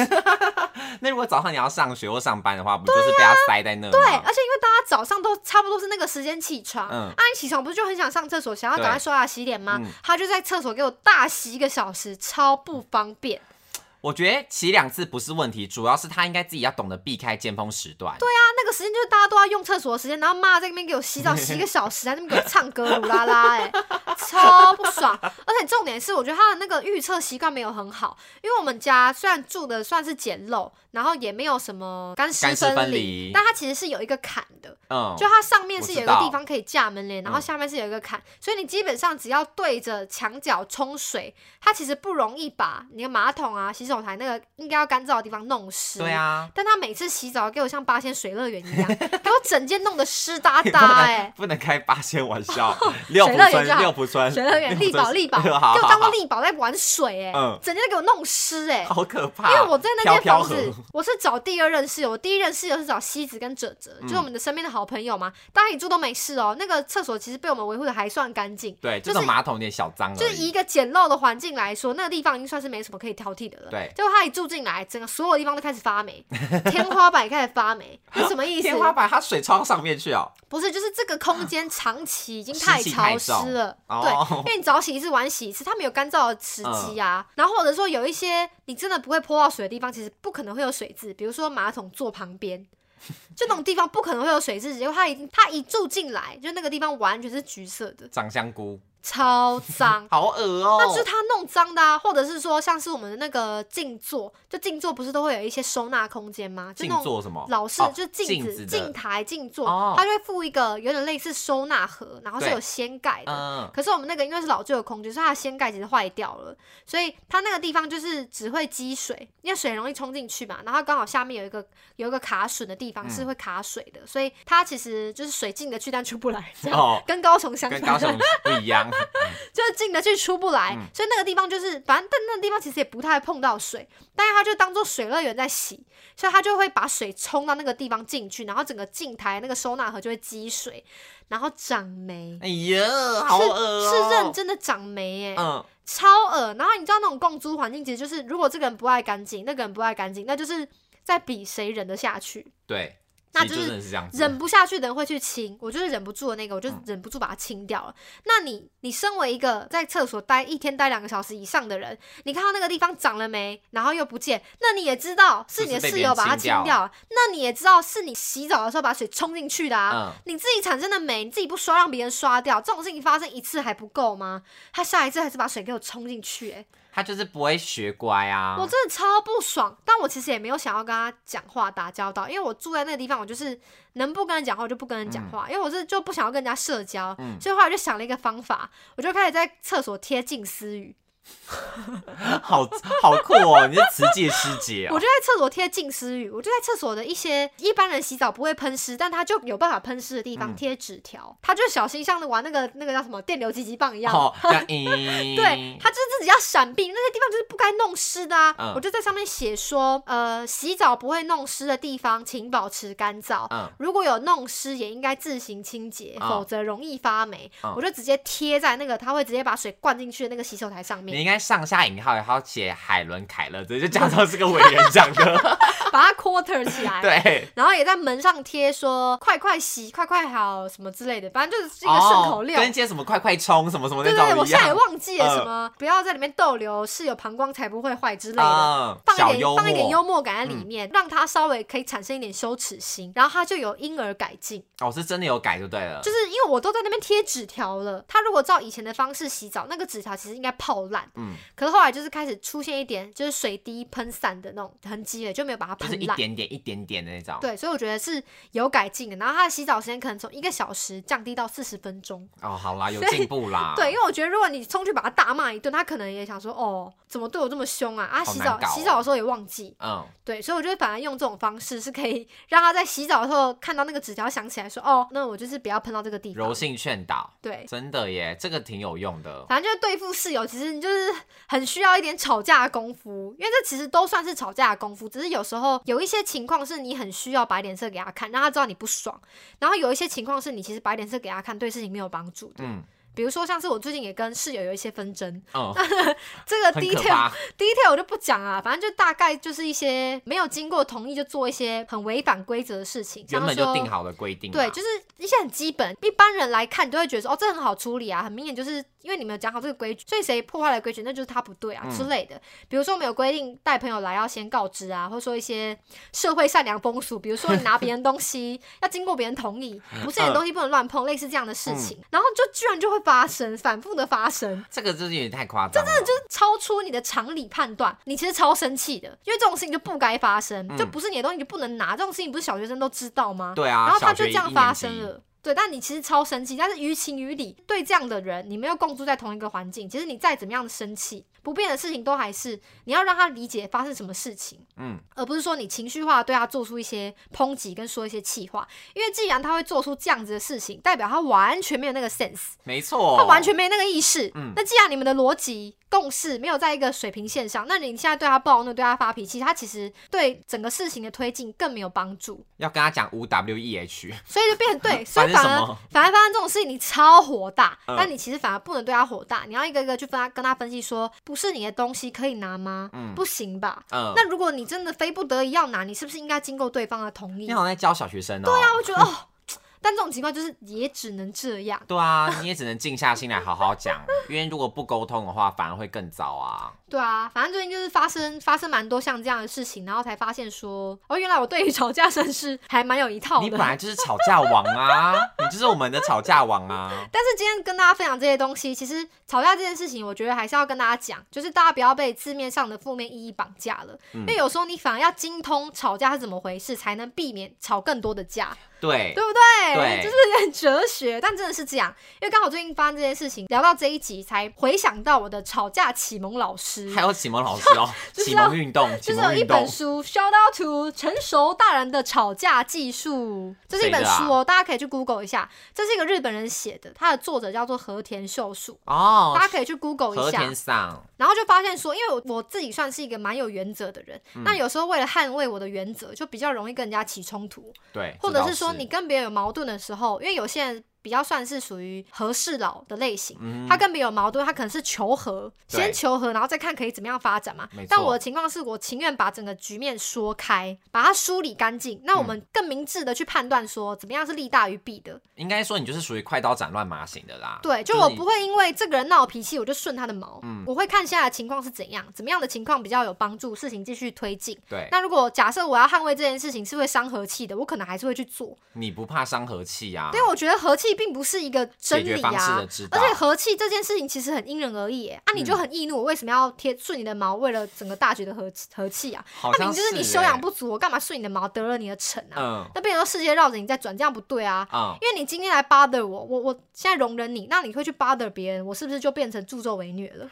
[SPEAKER 1] 那如果早上你要上学或上班的话，不就是被他塞在那吗？
[SPEAKER 2] 对，而且因为大家早上都差不多是那个时间起床，
[SPEAKER 1] 嗯
[SPEAKER 2] 啊，你起床不是就很想上厕所，想要赶
[SPEAKER 1] 对
[SPEAKER 2] 快刷牙洗脸吗
[SPEAKER 1] 嗯？
[SPEAKER 2] 它就在厕所给我大洗一个小时，超不方便。
[SPEAKER 1] 我觉得洗两次不是问题，主要是他应该自己要懂得避开尖峰时段。对
[SPEAKER 2] 那个时间就是大家都要用厕所的时间，然后妈在那边给我洗澡洗一个小时，在那边给我唱歌噜啦啦、 哎，超不爽。而且重点是，我觉得他的那个预测习惯没有很好，因为我们家虽然住的算是简陋，然后也没有什么干湿
[SPEAKER 1] 干湿
[SPEAKER 2] 分离，
[SPEAKER 1] 分离
[SPEAKER 2] 但它其实是有一个坎的，
[SPEAKER 1] 嗯，
[SPEAKER 2] 就它上面是有一个
[SPEAKER 1] 我知道
[SPEAKER 2] 地方可以架门
[SPEAKER 1] 哦
[SPEAKER 2] 帘，然后下面是有一个坎，所以你基本上只要对着墙角冲水，它其实不容易把你的马桶啊、洗手台那个应该要干燥的地方弄湿。
[SPEAKER 1] 对啊，
[SPEAKER 2] 但他每次洗澡给我像八仙水乐园 一样，给我整间弄得湿哒
[SPEAKER 1] 也不能
[SPEAKER 2] 哒哎、
[SPEAKER 1] 不能开八仙玩笑，六
[SPEAKER 2] 水
[SPEAKER 1] 浦
[SPEAKER 2] 乐园就
[SPEAKER 1] 村，
[SPEAKER 2] 好
[SPEAKER 1] 六浦村，
[SPEAKER 2] 哎 水乐园立宝力宝，给
[SPEAKER 1] 哎好好
[SPEAKER 2] 我当做
[SPEAKER 1] 好
[SPEAKER 2] 力宝在玩水哎、
[SPEAKER 1] 嗯
[SPEAKER 2] 整天在给我弄湿哎、
[SPEAKER 1] 好可怕！
[SPEAKER 2] 因为我在那间
[SPEAKER 1] 飘
[SPEAKER 2] 房
[SPEAKER 1] 飘
[SPEAKER 2] 子，
[SPEAKER 1] 河
[SPEAKER 2] 我是找第二认识，我第一认识的是找西子跟哲
[SPEAKER 1] 嗯
[SPEAKER 2] 哲，就是我们的身边的好朋友嘛。大家一住都没事哦，那个厕所其实被我们维护的还算干净，
[SPEAKER 1] 对，
[SPEAKER 2] 就
[SPEAKER 1] 就是是马桶有点小脏而已，
[SPEAKER 2] 就是以一个简陋的环境来说，那个地方已经算是没什么可以挑剔的了。
[SPEAKER 1] 对
[SPEAKER 2] 结果他一住进来，整个所有地方都开始发霉，天花板也开始发 霉，这什么意思？
[SPEAKER 1] 天花板它水冲到上面去哦。
[SPEAKER 2] 不是，就是这个空间长期已经
[SPEAKER 1] 啊湿
[SPEAKER 2] 太
[SPEAKER 1] 气
[SPEAKER 2] 潮
[SPEAKER 1] 太
[SPEAKER 2] 湿
[SPEAKER 1] 重
[SPEAKER 2] 了，
[SPEAKER 1] 哦
[SPEAKER 2] 对，因为你早洗一次，晚洗一次，它没有干燥的时机
[SPEAKER 1] 嗯
[SPEAKER 2] 啊。然后或者说有一些你真的不会泼到水的地方，其实不可能会有水渍，比如说马桶座旁边，就那种地方不可能会有水渍。结果它已经它一住进来，就那个地方完全是橘色的，
[SPEAKER 1] 长香菇，。
[SPEAKER 2] 超脏
[SPEAKER 1] 好恶哦、
[SPEAKER 2] 那就是它弄脏的啊，或者是说像是我们的那个静坐，就静坐不是都会有一些收纳空间吗？就
[SPEAKER 1] 静
[SPEAKER 2] 那种
[SPEAKER 1] 坐什么？
[SPEAKER 2] 老式
[SPEAKER 1] 哦
[SPEAKER 2] 就是
[SPEAKER 1] 镜
[SPEAKER 2] 镜子、
[SPEAKER 1] 子的
[SPEAKER 2] 镜台、镜座，
[SPEAKER 1] 哦
[SPEAKER 2] 它就会附一个有点类似收纳盒，然后是
[SPEAKER 1] 对
[SPEAKER 2] 有掀盖的。
[SPEAKER 1] 嗯，
[SPEAKER 2] 可是我们那个因为是老旧的空间，所以它的掀盖其实坏掉了，所以它那个地方就是只会积水，因为水很容易冲进去嘛。然后刚好下面有一个有一个卡榫的地方
[SPEAKER 1] 嗯
[SPEAKER 2] 是会卡水的，所以它其实就是水进得去但出不来，这样、
[SPEAKER 1] 哦，
[SPEAKER 2] 跟高雄相
[SPEAKER 1] 跟
[SPEAKER 2] 反，
[SPEAKER 1] 高雄不一样，
[SPEAKER 2] 就是进得去出不来，
[SPEAKER 1] 嗯
[SPEAKER 2] 所以那个地方就是，反正但那个地方其实也不太碰到水，但是它就当做水乐园在洗，所以它就会把水冲到那个地方进去，然后整个镜台那个收纳盒就会积水，然后长霉，
[SPEAKER 1] 哎呀，好恶、哦
[SPEAKER 2] 是是认，真的长霉哎、
[SPEAKER 1] 嗯，
[SPEAKER 2] 超恶。然后你知道那种共租环境，其实就是如果这个人不爱干净，那个人不爱干净，那就是在比谁忍得下去。
[SPEAKER 1] 对，
[SPEAKER 2] 那
[SPEAKER 1] 其实
[SPEAKER 2] 就
[SPEAKER 1] 就是真的是这样子，
[SPEAKER 2] 忍不下去的人会去清，我就是忍不住的那个，我就
[SPEAKER 1] 嗯
[SPEAKER 2] 忍不住把它清掉了。那你，你身为一个在厕所待一天待两个小时以上的人，你看到那个地方长了霉，然后又不见，那你也知道是你的
[SPEAKER 1] 就是被
[SPEAKER 2] 室
[SPEAKER 1] 别人
[SPEAKER 2] 友把它
[SPEAKER 1] 清
[SPEAKER 2] 清
[SPEAKER 1] 掉
[SPEAKER 2] 掉了，那你也知道是你洗澡的时候把水冲进去的啊。
[SPEAKER 1] 嗯，
[SPEAKER 2] 你自己产生的霉，你自己不刷，让别人刷掉，这种事情发生一次还不够吗？他下一次还是把水给我冲进去、欸，
[SPEAKER 1] 他就是不会学乖啊，
[SPEAKER 2] 我真的超不爽，但我其实也没有想要跟他讲话打交道，因为我住在那个地方，我就是能不跟人讲话我就不跟人讲话，因为我是就不想要跟人家社交，
[SPEAKER 1] 嗯
[SPEAKER 2] 所以后来我就想了一个方法，我就开始在厕所贴近思语，
[SPEAKER 1] 好好酷哦，你是慈济师姐
[SPEAKER 2] 我
[SPEAKER 1] 哦，
[SPEAKER 2] 就在厕所贴近思语，我就在厕所的一些一般人洗澡不会喷湿，但他就有办法喷湿的地方
[SPEAKER 1] 嗯
[SPEAKER 2] 贴纸条，他就小心像玩那个那个叫什么电流急急棒一样，
[SPEAKER 1] 哦，这样，咦
[SPEAKER 2] 对，他就是自己要闪避那些地方，就是不该弄湿的啊。
[SPEAKER 1] 嗯
[SPEAKER 2] 我就在上面写说，呃，洗澡不会弄湿的地方，请保持干燥。
[SPEAKER 1] 嗯，
[SPEAKER 2] 如果有弄湿，也应该自行清洁，
[SPEAKER 1] 嗯
[SPEAKER 2] 否则容易发霉。
[SPEAKER 1] 嗯
[SPEAKER 2] 我就直接贴在那个，它会直接把水灌进去的那个洗手台上
[SPEAKER 1] 你
[SPEAKER 2] 面，
[SPEAKER 1] 应该上下引号，然后写海伦凯勒，直接就假装是个委员讲 的，
[SPEAKER 2] 把它 quarter 起来。。
[SPEAKER 1] 对，
[SPEAKER 2] 然后也在门上贴说“快快洗，快快好”什么之类的，反正就是一个顺口溜。
[SPEAKER 1] 哦跟一些什么快快冲什么什么那
[SPEAKER 2] 对
[SPEAKER 1] 种一
[SPEAKER 2] 对，
[SPEAKER 1] 样，
[SPEAKER 2] 我现在也忘记了
[SPEAKER 1] 嗯
[SPEAKER 2] 什么，不要在里面逗留，室友膀胱才不会坏之类的。
[SPEAKER 1] 嗯，
[SPEAKER 2] 放
[SPEAKER 1] 小
[SPEAKER 2] 一
[SPEAKER 1] 幽
[SPEAKER 2] 点
[SPEAKER 1] 默，嗯
[SPEAKER 2] 放一点幽默感在里面，让他稍微可以产生一点羞耻心，然后他就有因而改进。
[SPEAKER 1] 哦，是真的有改就对了，
[SPEAKER 2] 就是因为我都在那边贴纸条了，他如果照以前的方式洗澡，那个纸条其实应该泡烂，
[SPEAKER 1] 嗯，
[SPEAKER 2] 可是后来就是开始出现一点就是水滴喷散的那种痕迹了，就没有把它
[SPEAKER 1] 就是
[SPEAKER 2] 喷
[SPEAKER 1] 一
[SPEAKER 2] 烂。
[SPEAKER 1] 点点一点点的那种，
[SPEAKER 2] 对，所以我觉得是有改进的。然后他的洗澡时间可能从一个小时降低到四十分钟。
[SPEAKER 1] 哦，好啦，有
[SPEAKER 2] 所以
[SPEAKER 1] 进步啦，
[SPEAKER 2] 对，因为我觉得如果你冲去把他大骂一顿，他可能也想说，哦，怎么对我这么凶啊？啊，
[SPEAKER 1] 好
[SPEAKER 2] 洗
[SPEAKER 1] 难
[SPEAKER 2] 澡
[SPEAKER 1] 搞
[SPEAKER 2] 洗
[SPEAKER 1] 哦
[SPEAKER 2] 澡的时候也忘记，
[SPEAKER 1] 嗯，
[SPEAKER 2] 对，所以我就反而用这种方式是可以 让他在洗澡的时候看到那个纸条，想起来说，哦，那我就是不要喷到这个地
[SPEAKER 1] 柔
[SPEAKER 2] 方。
[SPEAKER 1] 性劝导，
[SPEAKER 2] 对，
[SPEAKER 1] 真的耶，这个挺有用的，
[SPEAKER 2] 反正就是对付室友，其实你就是很需要一点吵架的功夫，因为这其实都算是吵架的功夫，只是有时候有一些情况是你很需要摆脸色给他看，让他知道你不爽，然后有一些情况是你其实摆脸色给他看对事情没有帮助的。
[SPEAKER 1] 嗯
[SPEAKER 2] 比如说像是我最近也跟室友有一些纷争，
[SPEAKER 1] 嗯，
[SPEAKER 2] 这个
[SPEAKER 1] 很可
[SPEAKER 2] detail
[SPEAKER 1] 怕，
[SPEAKER 2] detail 我就不讲啊，反正就大概就是一些没有经过同意就做一些很违反规则的事情，
[SPEAKER 1] 原
[SPEAKER 2] 像
[SPEAKER 1] 本
[SPEAKER 2] 说
[SPEAKER 1] 就定好的规定嘛，啊
[SPEAKER 2] 对，就是一些很基本，一般人来看你都会觉得说，哦，这很好处理啊，很明显就是因为你们有讲好这个规矩，所以谁破坏了规矩，那就是他不对啊、
[SPEAKER 1] 嗯
[SPEAKER 2] 之类的。比如说我们有规定带朋友来要先告知啊，或者说一些社会善良风俗，比如说你拿别人东西 要经过别人同意，
[SPEAKER 1] 嗯
[SPEAKER 2] 不是你的东西不能乱碰，类似这样的事情，然后就居然就会发生，反复的发生。
[SPEAKER 1] 这个就是有点太夸张了，
[SPEAKER 2] 超出你的常理判断，你其实超生气的，因为这种事情就不该发生，
[SPEAKER 1] 嗯
[SPEAKER 2] 这不是你的东西你就不能拿，这种事情不是小学生都知道吗？
[SPEAKER 1] 对啊，
[SPEAKER 2] 然后他
[SPEAKER 1] 小
[SPEAKER 2] 就
[SPEAKER 1] 学
[SPEAKER 2] 这样
[SPEAKER 1] 一
[SPEAKER 2] 发
[SPEAKER 1] 年级
[SPEAKER 2] 生，了。对，但你其实超生气，但是于情于理，对这样的人，你们又共住在同一个环境，其实你再怎么样的生气，不变的事情都还是你要让他理解发生什么事情，
[SPEAKER 1] 嗯，
[SPEAKER 2] 而不是说你情绪化地对他做出一些抨击跟说一些气话。因为既然他会做出这样子的事情，代表他完全没有那个 sense，
[SPEAKER 1] 没错，
[SPEAKER 2] 他完全没那个意识，
[SPEAKER 1] 哦嗯嗯
[SPEAKER 2] 那既然你们的逻辑共识没有在一个水平线上，那你现在对他暴怒、对他发脾气，他其实对整个事情的推进更没有帮助，
[SPEAKER 1] 要跟他讲五 W E H，
[SPEAKER 2] 所以就变成 对，所
[SPEAKER 1] 反
[SPEAKER 2] 以
[SPEAKER 1] 正什
[SPEAKER 2] 反而
[SPEAKER 1] 么？
[SPEAKER 2] 反而发生这种事情，你超火大，
[SPEAKER 1] 嗯
[SPEAKER 2] 但你其实反而不能对他火大，你要一个一个去分他跟他分析说，不是你的东西可以拿吗？
[SPEAKER 1] 嗯
[SPEAKER 2] 不行吧？
[SPEAKER 1] 嗯，
[SPEAKER 2] 那如果你真的非不得已要拿，你是不是应该经过对方的同意？
[SPEAKER 1] 你
[SPEAKER 2] 那
[SPEAKER 1] 好像在教小学生哦。对啊，
[SPEAKER 2] 我觉得哦，但这种情况就是也只能这样。
[SPEAKER 1] 对啊，你也只能静下心来好好讲， 因为如果不沟通的话，反而会更糟啊。
[SPEAKER 2] 对啊，反正最近就是发生发生蛮多像这样的事情，然后才发现说，哦，原来我对于吵架算是还蛮有一套
[SPEAKER 1] 你
[SPEAKER 2] 的
[SPEAKER 1] 本。来就是吵架王啊，你就是我们的吵架王啊。
[SPEAKER 2] 但是今天跟大家分享这些东西，其实吵架这件事情，我觉得还是要跟大家讲，就是大家不要被字面上的负面意义绑架了，
[SPEAKER 1] 嗯
[SPEAKER 2] 因为有时候你反而要精通吵架是怎么回事，才能避免吵更多的架，
[SPEAKER 1] 对
[SPEAKER 2] 对，不对？
[SPEAKER 1] 对
[SPEAKER 2] 就是有点哲学，但真的是这样。因为刚好最近发生这件事情，聊到这一集，才回想到我的吵架启蒙老师，
[SPEAKER 1] 还有启蒙老师哦，
[SPEAKER 2] 就是
[SPEAKER 1] 启
[SPEAKER 2] 要
[SPEAKER 1] 蒙运动，启
[SPEAKER 2] 就是有
[SPEAKER 1] 蒙
[SPEAKER 2] 一
[SPEAKER 1] 运
[SPEAKER 2] 本
[SPEAKER 1] 动。
[SPEAKER 2] 书《Shout Out to 成熟大人的吵架技术》，这是一本
[SPEAKER 1] 谁
[SPEAKER 2] 书
[SPEAKER 1] 的啊
[SPEAKER 2] 哦，大家可以去 Google 一下。这是一个日本人写的，他的作者叫做和田秀树，
[SPEAKER 1] 哦
[SPEAKER 2] 大，家可以去 Google
[SPEAKER 1] 和
[SPEAKER 2] 一下
[SPEAKER 1] 田。上，
[SPEAKER 2] 然后就发现说，因为我我自己算是一个蛮有原则的人，
[SPEAKER 1] 嗯
[SPEAKER 2] 那有时候为了捍卫我的原则，就比较容易跟人家起冲突，
[SPEAKER 1] 对，
[SPEAKER 2] 或
[SPEAKER 1] 这
[SPEAKER 2] 者
[SPEAKER 1] 倒
[SPEAKER 2] 是说你，跟别人有矛盾的时候，因为有些人比较算是属于和事佬的类型，
[SPEAKER 1] 嗯
[SPEAKER 2] 他跟别人有矛盾，他可能是求和，
[SPEAKER 1] 对
[SPEAKER 2] 先求和，然后再看可以怎么样发展嘛
[SPEAKER 1] 没错。
[SPEAKER 2] 但我的情况是我情愿把整个局面说开，把它梳理干净，
[SPEAKER 1] 嗯
[SPEAKER 2] 那我们更明智的去判断说怎么样是利大于弊的。
[SPEAKER 1] 应该说你就是属于快刀斩乱麻型的啦。
[SPEAKER 2] 对，就是我
[SPEAKER 1] 你嗯
[SPEAKER 2] 不会因为这个人闹脾气，我就顺他的毛，我会看现在的情况是怎样，怎么样的情况比较有帮助，事情继续推进。
[SPEAKER 1] 对，
[SPEAKER 2] 那如果假设我要捍卫这件事情是会伤和气的，我可能还是会去做，
[SPEAKER 1] 你不怕伤和气啊呀、
[SPEAKER 2] 因为我觉得和气并不是一个真
[SPEAKER 1] 解
[SPEAKER 2] 理
[SPEAKER 1] 决
[SPEAKER 2] 啊，
[SPEAKER 1] 方式的嗯知道
[SPEAKER 2] 而，且和气这件事情其实很因人而异耶，啊，你就很易怒，我为什么要贴顺你的毛？为了整个大局的和和气啊，
[SPEAKER 1] 好
[SPEAKER 2] 那明明
[SPEAKER 1] 像
[SPEAKER 2] 就是你修养不足，我干嘛顺你的毛得了你的逞
[SPEAKER 1] 欸
[SPEAKER 2] 啊？
[SPEAKER 1] 嗯
[SPEAKER 2] 那变成说世界绕着你在转，这样不对啊！
[SPEAKER 1] 嗯，
[SPEAKER 2] 因为你今天来 bother 我，我我现在容忍你，那你会去 bother 别人，我是不是就变成助纣为虐了？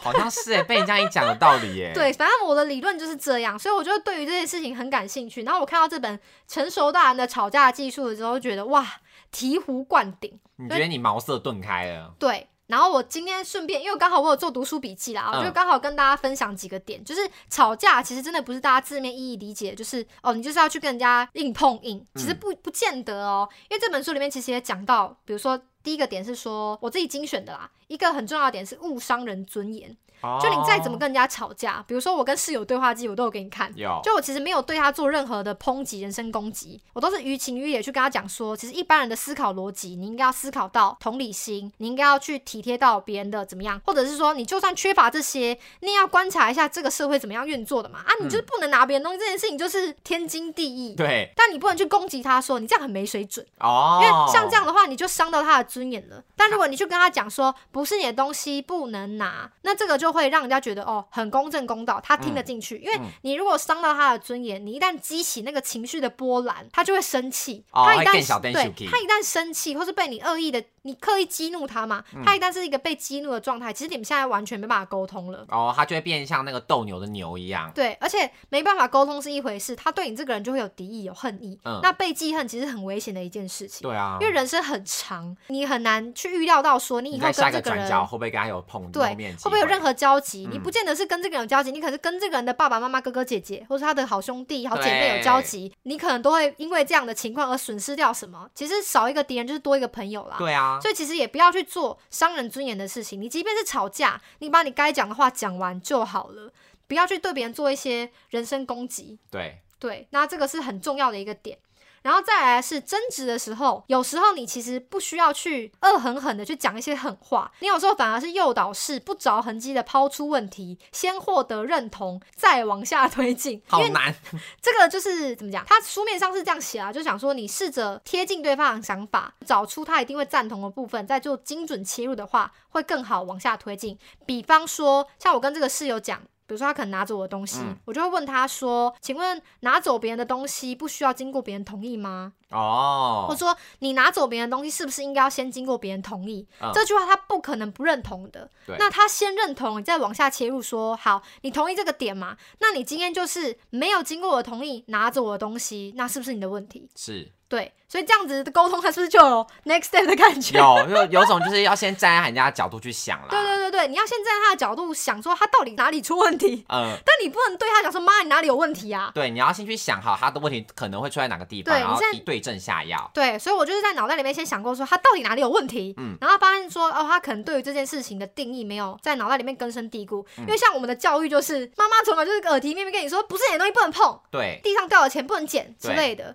[SPEAKER 1] 好像是哎、被人家一讲有道理耶、欸。
[SPEAKER 2] 对，反正我的理论就是这样，所以我就对于这件事情很感兴趣。然后我看到这本《成熟大人的吵架技术》的时候，觉得哇，醍醐灌顶。
[SPEAKER 1] 你觉得你茅塞顿开了？
[SPEAKER 2] 对，然后我今天顺便，因为刚好我有做读书笔记啦，
[SPEAKER 1] 嗯
[SPEAKER 2] 我就刚好跟大家分享几个点，就是吵架其实真的不是大家字面意义理解，就是哦，你就是要去跟人家硬碰硬，其实不不见得哦，因为这本书里面其实也讲到，比如说。第一个点是说我自己精选的啦，一个很重要的点是勿伤人尊严。就你再怎么
[SPEAKER 1] 跟
[SPEAKER 2] 跟人家吵架，比如说我跟室友对话记，我都有给你看，
[SPEAKER 1] 哦有
[SPEAKER 2] 就我其实没有对他做任何的抨击、人身攻击，我都是于情于理地去跟他讲说，其实一般人的思考逻辑，你应该要思考到同理心，你应该要去体贴到别人的怎么样，或者是说你就算缺乏这些，你也要观察一下这个社会怎么样运作的嘛。啊，你就是不能拿别人东西，这件事情就是天经地义。
[SPEAKER 1] 对
[SPEAKER 2] 但你不能去攻击他说你这样很没水准，因
[SPEAKER 1] 哦，
[SPEAKER 2] 为像这样的话你就伤到他的尊严了。但如果你去跟他讲说不是你的东西不能拿，那这个就会让人家觉得哦很公正公道，他听
[SPEAKER 1] 嗯
[SPEAKER 2] 得进去。因为你如果伤到他的尊严，你一旦激起那个情绪的波澜，他就会生气。
[SPEAKER 1] 哦
[SPEAKER 2] 他一
[SPEAKER 1] 会更小
[SPEAKER 2] 旦
[SPEAKER 1] 更
[SPEAKER 2] 对
[SPEAKER 1] 生气
[SPEAKER 2] 他一旦生气，或是被你恶意的你刻意激怒他嘛，
[SPEAKER 1] 嗯
[SPEAKER 2] 他一旦是一个被激怒的状态，其实你们现在完全没办法沟通了。
[SPEAKER 1] 哦，他就会变像那个斗牛的牛一样。
[SPEAKER 2] 对，而且没办法沟通是一回事，他对你这个人就会有敌意、有恨意。
[SPEAKER 1] 嗯
[SPEAKER 2] 那被记恨其实很危险的一件事情。
[SPEAKER 1] 对啊，
[SPEAKER 2] 因为人生很长，你很难去预料到说你
[SPEAKER 1] 你
[SPEAKER 2] 以后
[SPEAKER 1] 在下
[SPEAKER 2] 跟
[SPEAKER 1] 一个
[SPEAKER 2] 这个
[SPEAKER 1] 转
[SPEAKER 2] 人
[SPEAKER 1] 角会不会跟他有碰
[SPEAKER 2] 对
[SPEAKER 1] 碰面
[SPEAKER 2] 会
[SPEAKER 1] 机？嗯
[SPEAKER 2] 不会有任何交集，你不见得是跟这个人有交集，你可能是跟这个人的爸爸妈妈、哥哥姐姐，或是他的好兄弟、好姐妹有交集，你可能都会因为这样的情况而损失掉什么。其实少一个敌人就是多一个朋友啦。
[SPEAKER 1] 对啊，
[SPEAKER 2] 所以其实也不要去做伤人尊严的事情。你即便是吵架，你把你该讲的话讲完就好了，不要去对别人做一些人身攻击。
[SPEAKER 1] 对，
[SPEAKER 2] 对，那这个是很重要的一个点。然后再来是争执的时候，有时候你其实不需要去恶狠狠的去讲一些狠话，你有时候反而是诱导式、不着痕迹的抛出问题，先获得认同，再往下推进。因
[SPEAKER 1] 好
[SPEAKER 2] 为
[SPEAKER 1] 难，
[SPEAKER 2] 这个就是怎么讲，他书面上是这样写啊，就想说你试着贴近对方的想法，找出他一定会赞同的部分，再做精准切入的话，会更好往下推进。比方说，像我跟这个室友讲。比如说他可能拿走我的东西，
[SPEAKER 1] 嗯
[SPEAKER 2] 我就会问他说：“请问拿走别人的东西不需要经过别人同意吗？”或
[SPEAKER 1] 哦
[SPEAKER 2] 者，说你拿走别人的东西是不是应该要先经过别人同意？
[SPEAKER 1] 嗯
[SPEAKER 2] 这句话他不可能不认同的
[SPEAKER 1] 对。
[SPEAKER 2] 那他先认同，你再往下切入说，好，你同意这个点嘛？那你今天就是没有经过我的同意拿走我的东西，那是不是你的问题？
[SPEAKER 1] 是
[SPEAKER 2] 对，所以这样子的沟通，它是不是就有 next step 的感觉？
[SPEAKER 1] 有有有种就是要先站在人家的角度去想啦。
[SPEAKER 2] 对对对对，你要先站在他的角度想，说他到底哪里出问题，
[SPEAKER 1] 嗯、
[SPEAKER 2] 但你不能对他讲说妈，你哪里有问题 啊？
[SPEAKER 1] 对，你要先去想好他的问题可能会出在哪个地方，
[SPEAKER 2] 对
[SPEAKER 1] 然
[SPEAKER 2] 你
[SPEAKER 1] 后
[SPEAKER 2] 现在
[SPEAKER 1] 一对症 下药。
[SPEAKER 2] 对，所以我就是在脑袋里面先想过说他到底哪里有问题，
[SPEAKER 1] 嗯
[SPEAKER 2] 然后发现说哦，他可能对于这件事情的定义没有在脑袋里面根深蒂固，因为
[SPEAKER 1] 嗯
[SPEAKER 2] 像我们的教育就是妈妈从小就是耳提面命跟你说，不是你的东西不能碰，
[SPEAKER 1] 对，
[SPEAKER 2] 地上掉的钱不能捡之
[SPEAKER 1] 对
[SPEAKER 2] 类 的，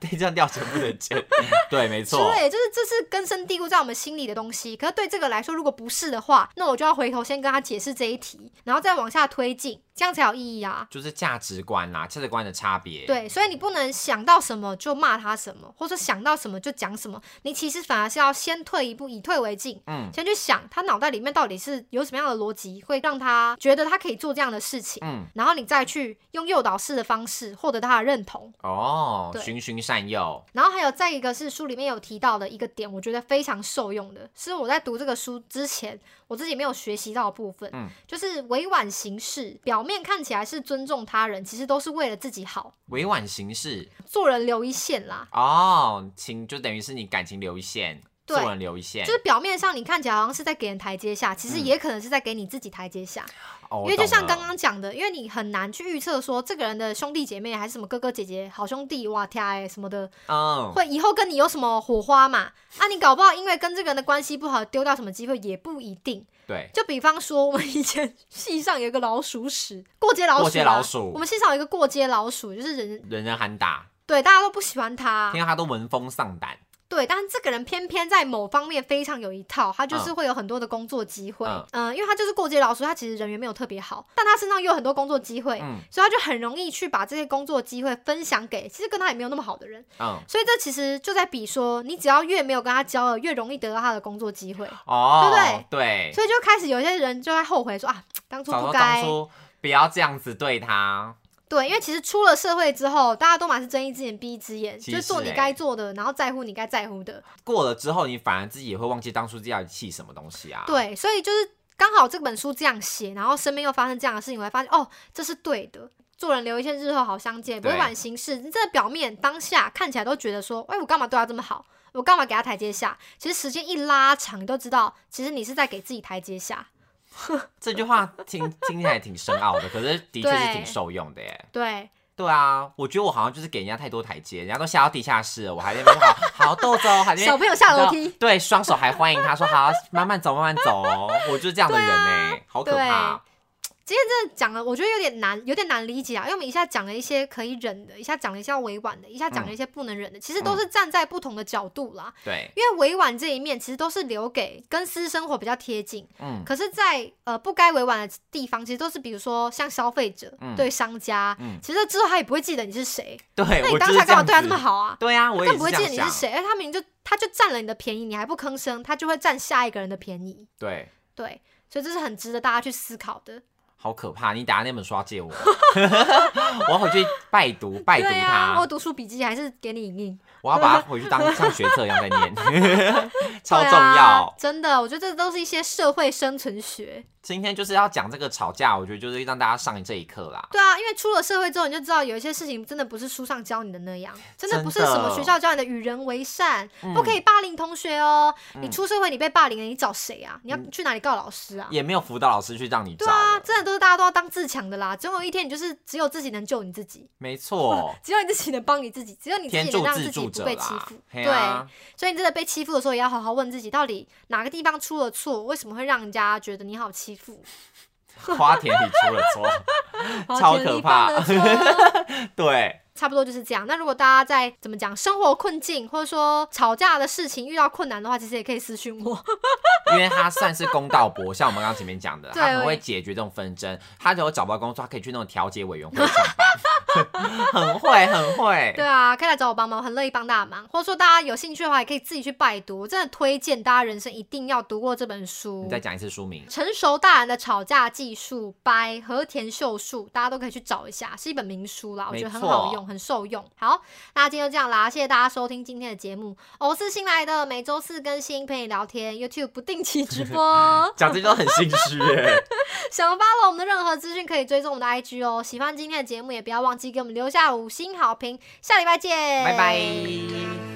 [SPEAKER 1] 对，这样掉全部的钱。 对，没
[SPEAKER 2] 之
[SPEAKER 1] 错。
[SPEAKER 2] 类的，就是这是根深蒂固在我们心里的东西。可是对这个来说，如果不是的话，那我就要回头先跟他解释这一题，然后再往下推进，这样才有意义啊。
[SPEAKER 1] 就是价值观啦，价值观的差别。，
[SPEAKER 2] 对，所以你不能想到什么就骂他什么，或者想到什么就讲什么。你其实反而是要先退一步，以退为进，
[SPEAKER 1] 嗯
[SPEAKER 2] 先去想他脑袋里面到底是有什么样的逻辑，会让他觉得他可以做这样的事情，
[SPEAKER 1] 嗯，
[SPEAKER 2] 然后你再去用诱导式的方式获得他的认同。
[SPEAKER 1] 哦，
[SPEAKER 2] 对
[SPEAKER 1] 循循善诱。
[SPEAKER 2] 然后还有再一个是书里面有提到的一个点，我觉得非常受用的，是我在读这个书之前我自己没有学习到的部分，
[SPEAKER 1] 嗯
[SPEAKER 2] 就是委婉行事，表面看起来是尊重他人，其实都是为了自己好，
[SPEAKER 1] 委婉行事
[SPEAKER 2] 做人留一线啦。
[SPEAKER 1] 哦，情就等于是你感情留一线，
[SPEAKER 2] 对
[SPEAKER 1] 做人留一线，
[SPEAKER 2] 就是表面上你看起来好像是在给人台阶下，其实
[SPEAKER 1] 嗯
[SPEAKER 2] 也可能是在给你自己台阶下，
[SPEAKER 1] 哦、我
[SPEAKER 2] 因为就
[SPEAKER 1] 懂
[SPEAKER 2] 像
[SPEAKER 1] 了
[SPEAKER 2] 刚刚讲的，因为你很难去预测说这个人的兄弟姐妹还是什么哥哥姐姐、好兄弟哇天哎什么的，
[SPEAKER 1] 嗯，
[SPEAKER 2] 会以后跟你有什么火花嘛？啊，你搞不好因为跟这个人的关系不好，丢掉什么机会也不一定。
[SPEAKER 1] 对，
[SPEAKER 2] 就比方说，我们以前系上有一个老鼠屎，过街老鼠、啊，
[SPEAKER 1] 过街老鼠
[SPEAKER 2] 我们系上有一个过街老鼠，就是人
[SPEAKER 1] 人人喊打，
[SPEAKER 2] 对大家都不喜欢他
[SPEAKER 1] 听，到他都闻风丧胆。
[SPEAKER 2] 对，但是这个人偏偏在某方面非常有一套，他就是会有很多的工作机会。
[SPEAKER 1] 嗯
[SPEAKER 2] 嗯、因为他就是过街老鼠，他其实人缘没有特别好，但他身上又有很多工作机会，
[SPEAKER 1] 嗯
[SPEAKER 2] 所以他就很容易去把这些工作机会分享给其实跟他也没有那么好的人。
[SPEAKER 1] 嗯，
[SPEAKER 2] 所以这其实就在比说，你只要越没有跟他交流，越容易得到他的工作机会。
[SPEAKER 1] 哦
[SPEAKER 2] 对，
[SPEAKER 1] 对，
[SPEAKER 2] 所以就开始有些人就在后悔说啊，当初
[SPEAKER 1] 早
[SPEAKER 2] 不
[SPEAKER 1] 说
[SPEAKER 2] 该
[SPEAKER 1] 当初不要这样子对他，
[SPEAKER 2] 对，因为其实出了社会之后，大家都满是睁一只眼闭一只眼，
[SPEAKER 1] 其
[SPEAKER 2] 就
[SPEAKER 1] 实
[SPEAKER 2] 是做你
[SPEAKER 1] 欸
[SPEAKER 2] 该做的，然后在乎你该在乎的。
[SPEAKER 1] 过了之后，你反而自己也会忘记当初自己要气什么东西啊。，
[SPEAKER 2] 对，所以就是刚好这本书这样写，然后身边又发生这样的事情，我才发现哦，这是对的。做人留一线，日后好相见，
[SPEAKER 1] 对
[SPEAKER 2] 委婉行事。你这表面当下看起来都觉得说，哎、我干嘛对他这么好？我干嘛给他台阶下？其实时间一拉长，你都知道，其实你是在给自己台阶下。
[SPEAKER 1] 这句话 听听起来挺深奥的，可是的确是
[SPEAKER 2] 对
[SPEAKER 1] 挺受用 的耶。
[SPEAKER 2] 对，
[SPEAKER 1] 对啊，我觉得我好像就是给人家太多台阶，人家都下到地下室了，我还在那边好 好豆子哦，还在那
[SPEAKER 2] 小朋
[SPEAKER 1] 边
[SPEAKER 2] 友下楼梯，
[SPEAKER 1] 对，双手还欢迎他说好，慢慢走，慢慢走哦。我就是这样的人哎、
[SPEAKER 2] 啊
[SPEAKER 1] 好可怕。
[SPEAKER 2] 讲了，我觉得有点难，有点难理解啊，因为我们一下讲了一些可以忍的，一下讲了一下委婉的，一下讲了一些不能忍的，其实都是站在不同的角度啦。
[SPEAKER 1] 对，
[SPEAKER 2] 因为委婉这一面其实都是留给跟私生活比较贴近，
[SPEAKER 1] 嗯
[SPEAKER 2] 可是在，呃不该委婉的地方，其实都是比如说像消费者、
[SPEAKER 1] 嗯
[SPEAKER 2] 对商家，
[SPEAKER 1] 嗯
[SPEAKER 2] 其实之后他也不会记得你是谁，
[SPEAKER 1] 对，
[SPEAKER 2] 那哎你
[SPEAKER 1] 我就
[SPEAKER 2] 当
[SPEAKER 1] 是
[SPEAKER 2] 下
[SPEAKER 1] 这
[SPEAKER 2] 干嘛
[SPEAKER 1] 样
[SPEAKER 2] 对他这
[SPEAKER 1] 子
[SPEAKER 2] 么？好啊？
[SPEAKER 1] 对啊，
[SPEAKER 2] 他
[SPEAKER 1] 我也
[SPEAKER 2] 更
[SPEAKER 1] 是
[SPEAKER 2] 不会
[SPEAKER 1] 这
[SPEAKER 2] 记得
[SPEAKER 1] 样
[SPEAKER 2] 你
[SPEAKER 1] 想
[SPEAKER 2] 是。谁，哎，他明明就他就占了你的便宜，你还不吭声，他就会占下一个人的便宜。
[SPEAKER 1] 对，
[SPEAKER 2] 对，所以这是很值得大家去思考的。
[SPEAKER 1] 好可怕！你等下那本书要借我， 我要回去拜读拜读
[SPEAKER 2] 对啊，
[SPEAKER 1] 它
[SPEAKER 2] 我，读书笔记还是给你影印，
[SPEAKER 1] 我要把它回 去当像学测一样在念，超
[SPEAKER 2] 对
[SPEAKER 1] 重
[SPEAKER 2] 啊
[SPEAKER 1] 要。，
[SPEAKER 2] 真的，我觉得这都是一些社会生存学。
[SPEAKER 1] 今天就是要讲这个吵架，我觉得就是让大家上这一课啦。
[SPEAKER 2] 对啊，因为出了社会之后，你就知道有一些事情真的不是书上教你的那样，真的不是
[SPEAKER 1] 真的
[SPEAKER 2] 什么学校教你的与人为善，
[SPEAKER 1] 嗯
[SPEAKER 2] 不可以霸凌同学哦。
[SPEAKER 1] 嗯
[SPEAKER 2] 你出社会，你被霸凌了，你找谁啊？你要去哪里告老师啊？
[SPEAKER 1] 也没有辅导老师去让你
[SPEAKER 2] 对
[SPEAKER 1] 找了，
[SPEAKER 2] 啊，真的都是大家都要当自强的啦。总有一天，你就是只有自己能救你自己，，
[SPEAKER 1] 没错
[SPEAKER 2] 只有你自己能帮你自己，只有你自
[SPEAKER 1] 天
[SPEAKER 2] 己能
[SPEAKER 1] 助
[SPEAKER 2] 让
[SPEAKER 1] 自
[SPEAKER 2] 自己
[SPEAKER 1] 助
[SPEAKER 2] 不
[SPEAKER 1] 者
[SPEAKER 2] 被欺
[SPEAKER 1] 啦
[SPEAKER 2] 负。。
[SPEAKER 1] 嘿
[SPEAKER 2] 对，
[SPEAKER 1] 啊
[SPEAKER 2] 所以你真的被欺负的时候，也要好好问自己，到底哪个地方出了错，为什么会让人家觉得你好欺负？
[SPEAKER 1] 花田里出了错。 超可怕
[SPEAKER 2] 好田里犯了错
[SPEAKER 1] 对，
[SPEAKER 2] 差不多就是这样。那如果大家在怎么讲生活困境，或者说吵架的事情遇到困难的话，其实也可以私讯 我。
[SPEAKER 1] 因为他算是公道博，像我们刚刚前面讲的，
[SPEAKER 2] 对
[SPEAKER 1] 他很会解决这种纷争。他如果找不到工作，他可以去那种调解委员会上班。 很会，很会。
[SPEAKER 2] 对啊，可以来找我帮忙，我很乐意帮大家忙。或者说大家有兴趣的话，也可以自己去拜读。我真的推荐大家人生一定要读过这本书
[SPEAKER 1] 你。再讲一次书名。。
[SPEAKER 2] 成熟大人的吵架技术，by 和田秀树，大家都可以去找一下，是一本名书啦，我觉得很好用，很受用。好，那今天就这样啦，谢谢大家收听今天的节目。我是新来的，每周四更新，陪你聊天，YouTube 不定期直播哦
[SPEAKER 1] 讲这句都很心虚耶。
[SPEAKER 2] 想发了我们的任何资讯，可以追踪我们的 IG 哦。喜欢今天的节目，也不要忘记给我们留下五星好评。下礼拜见，
[SPEAKER 1] 拜拜。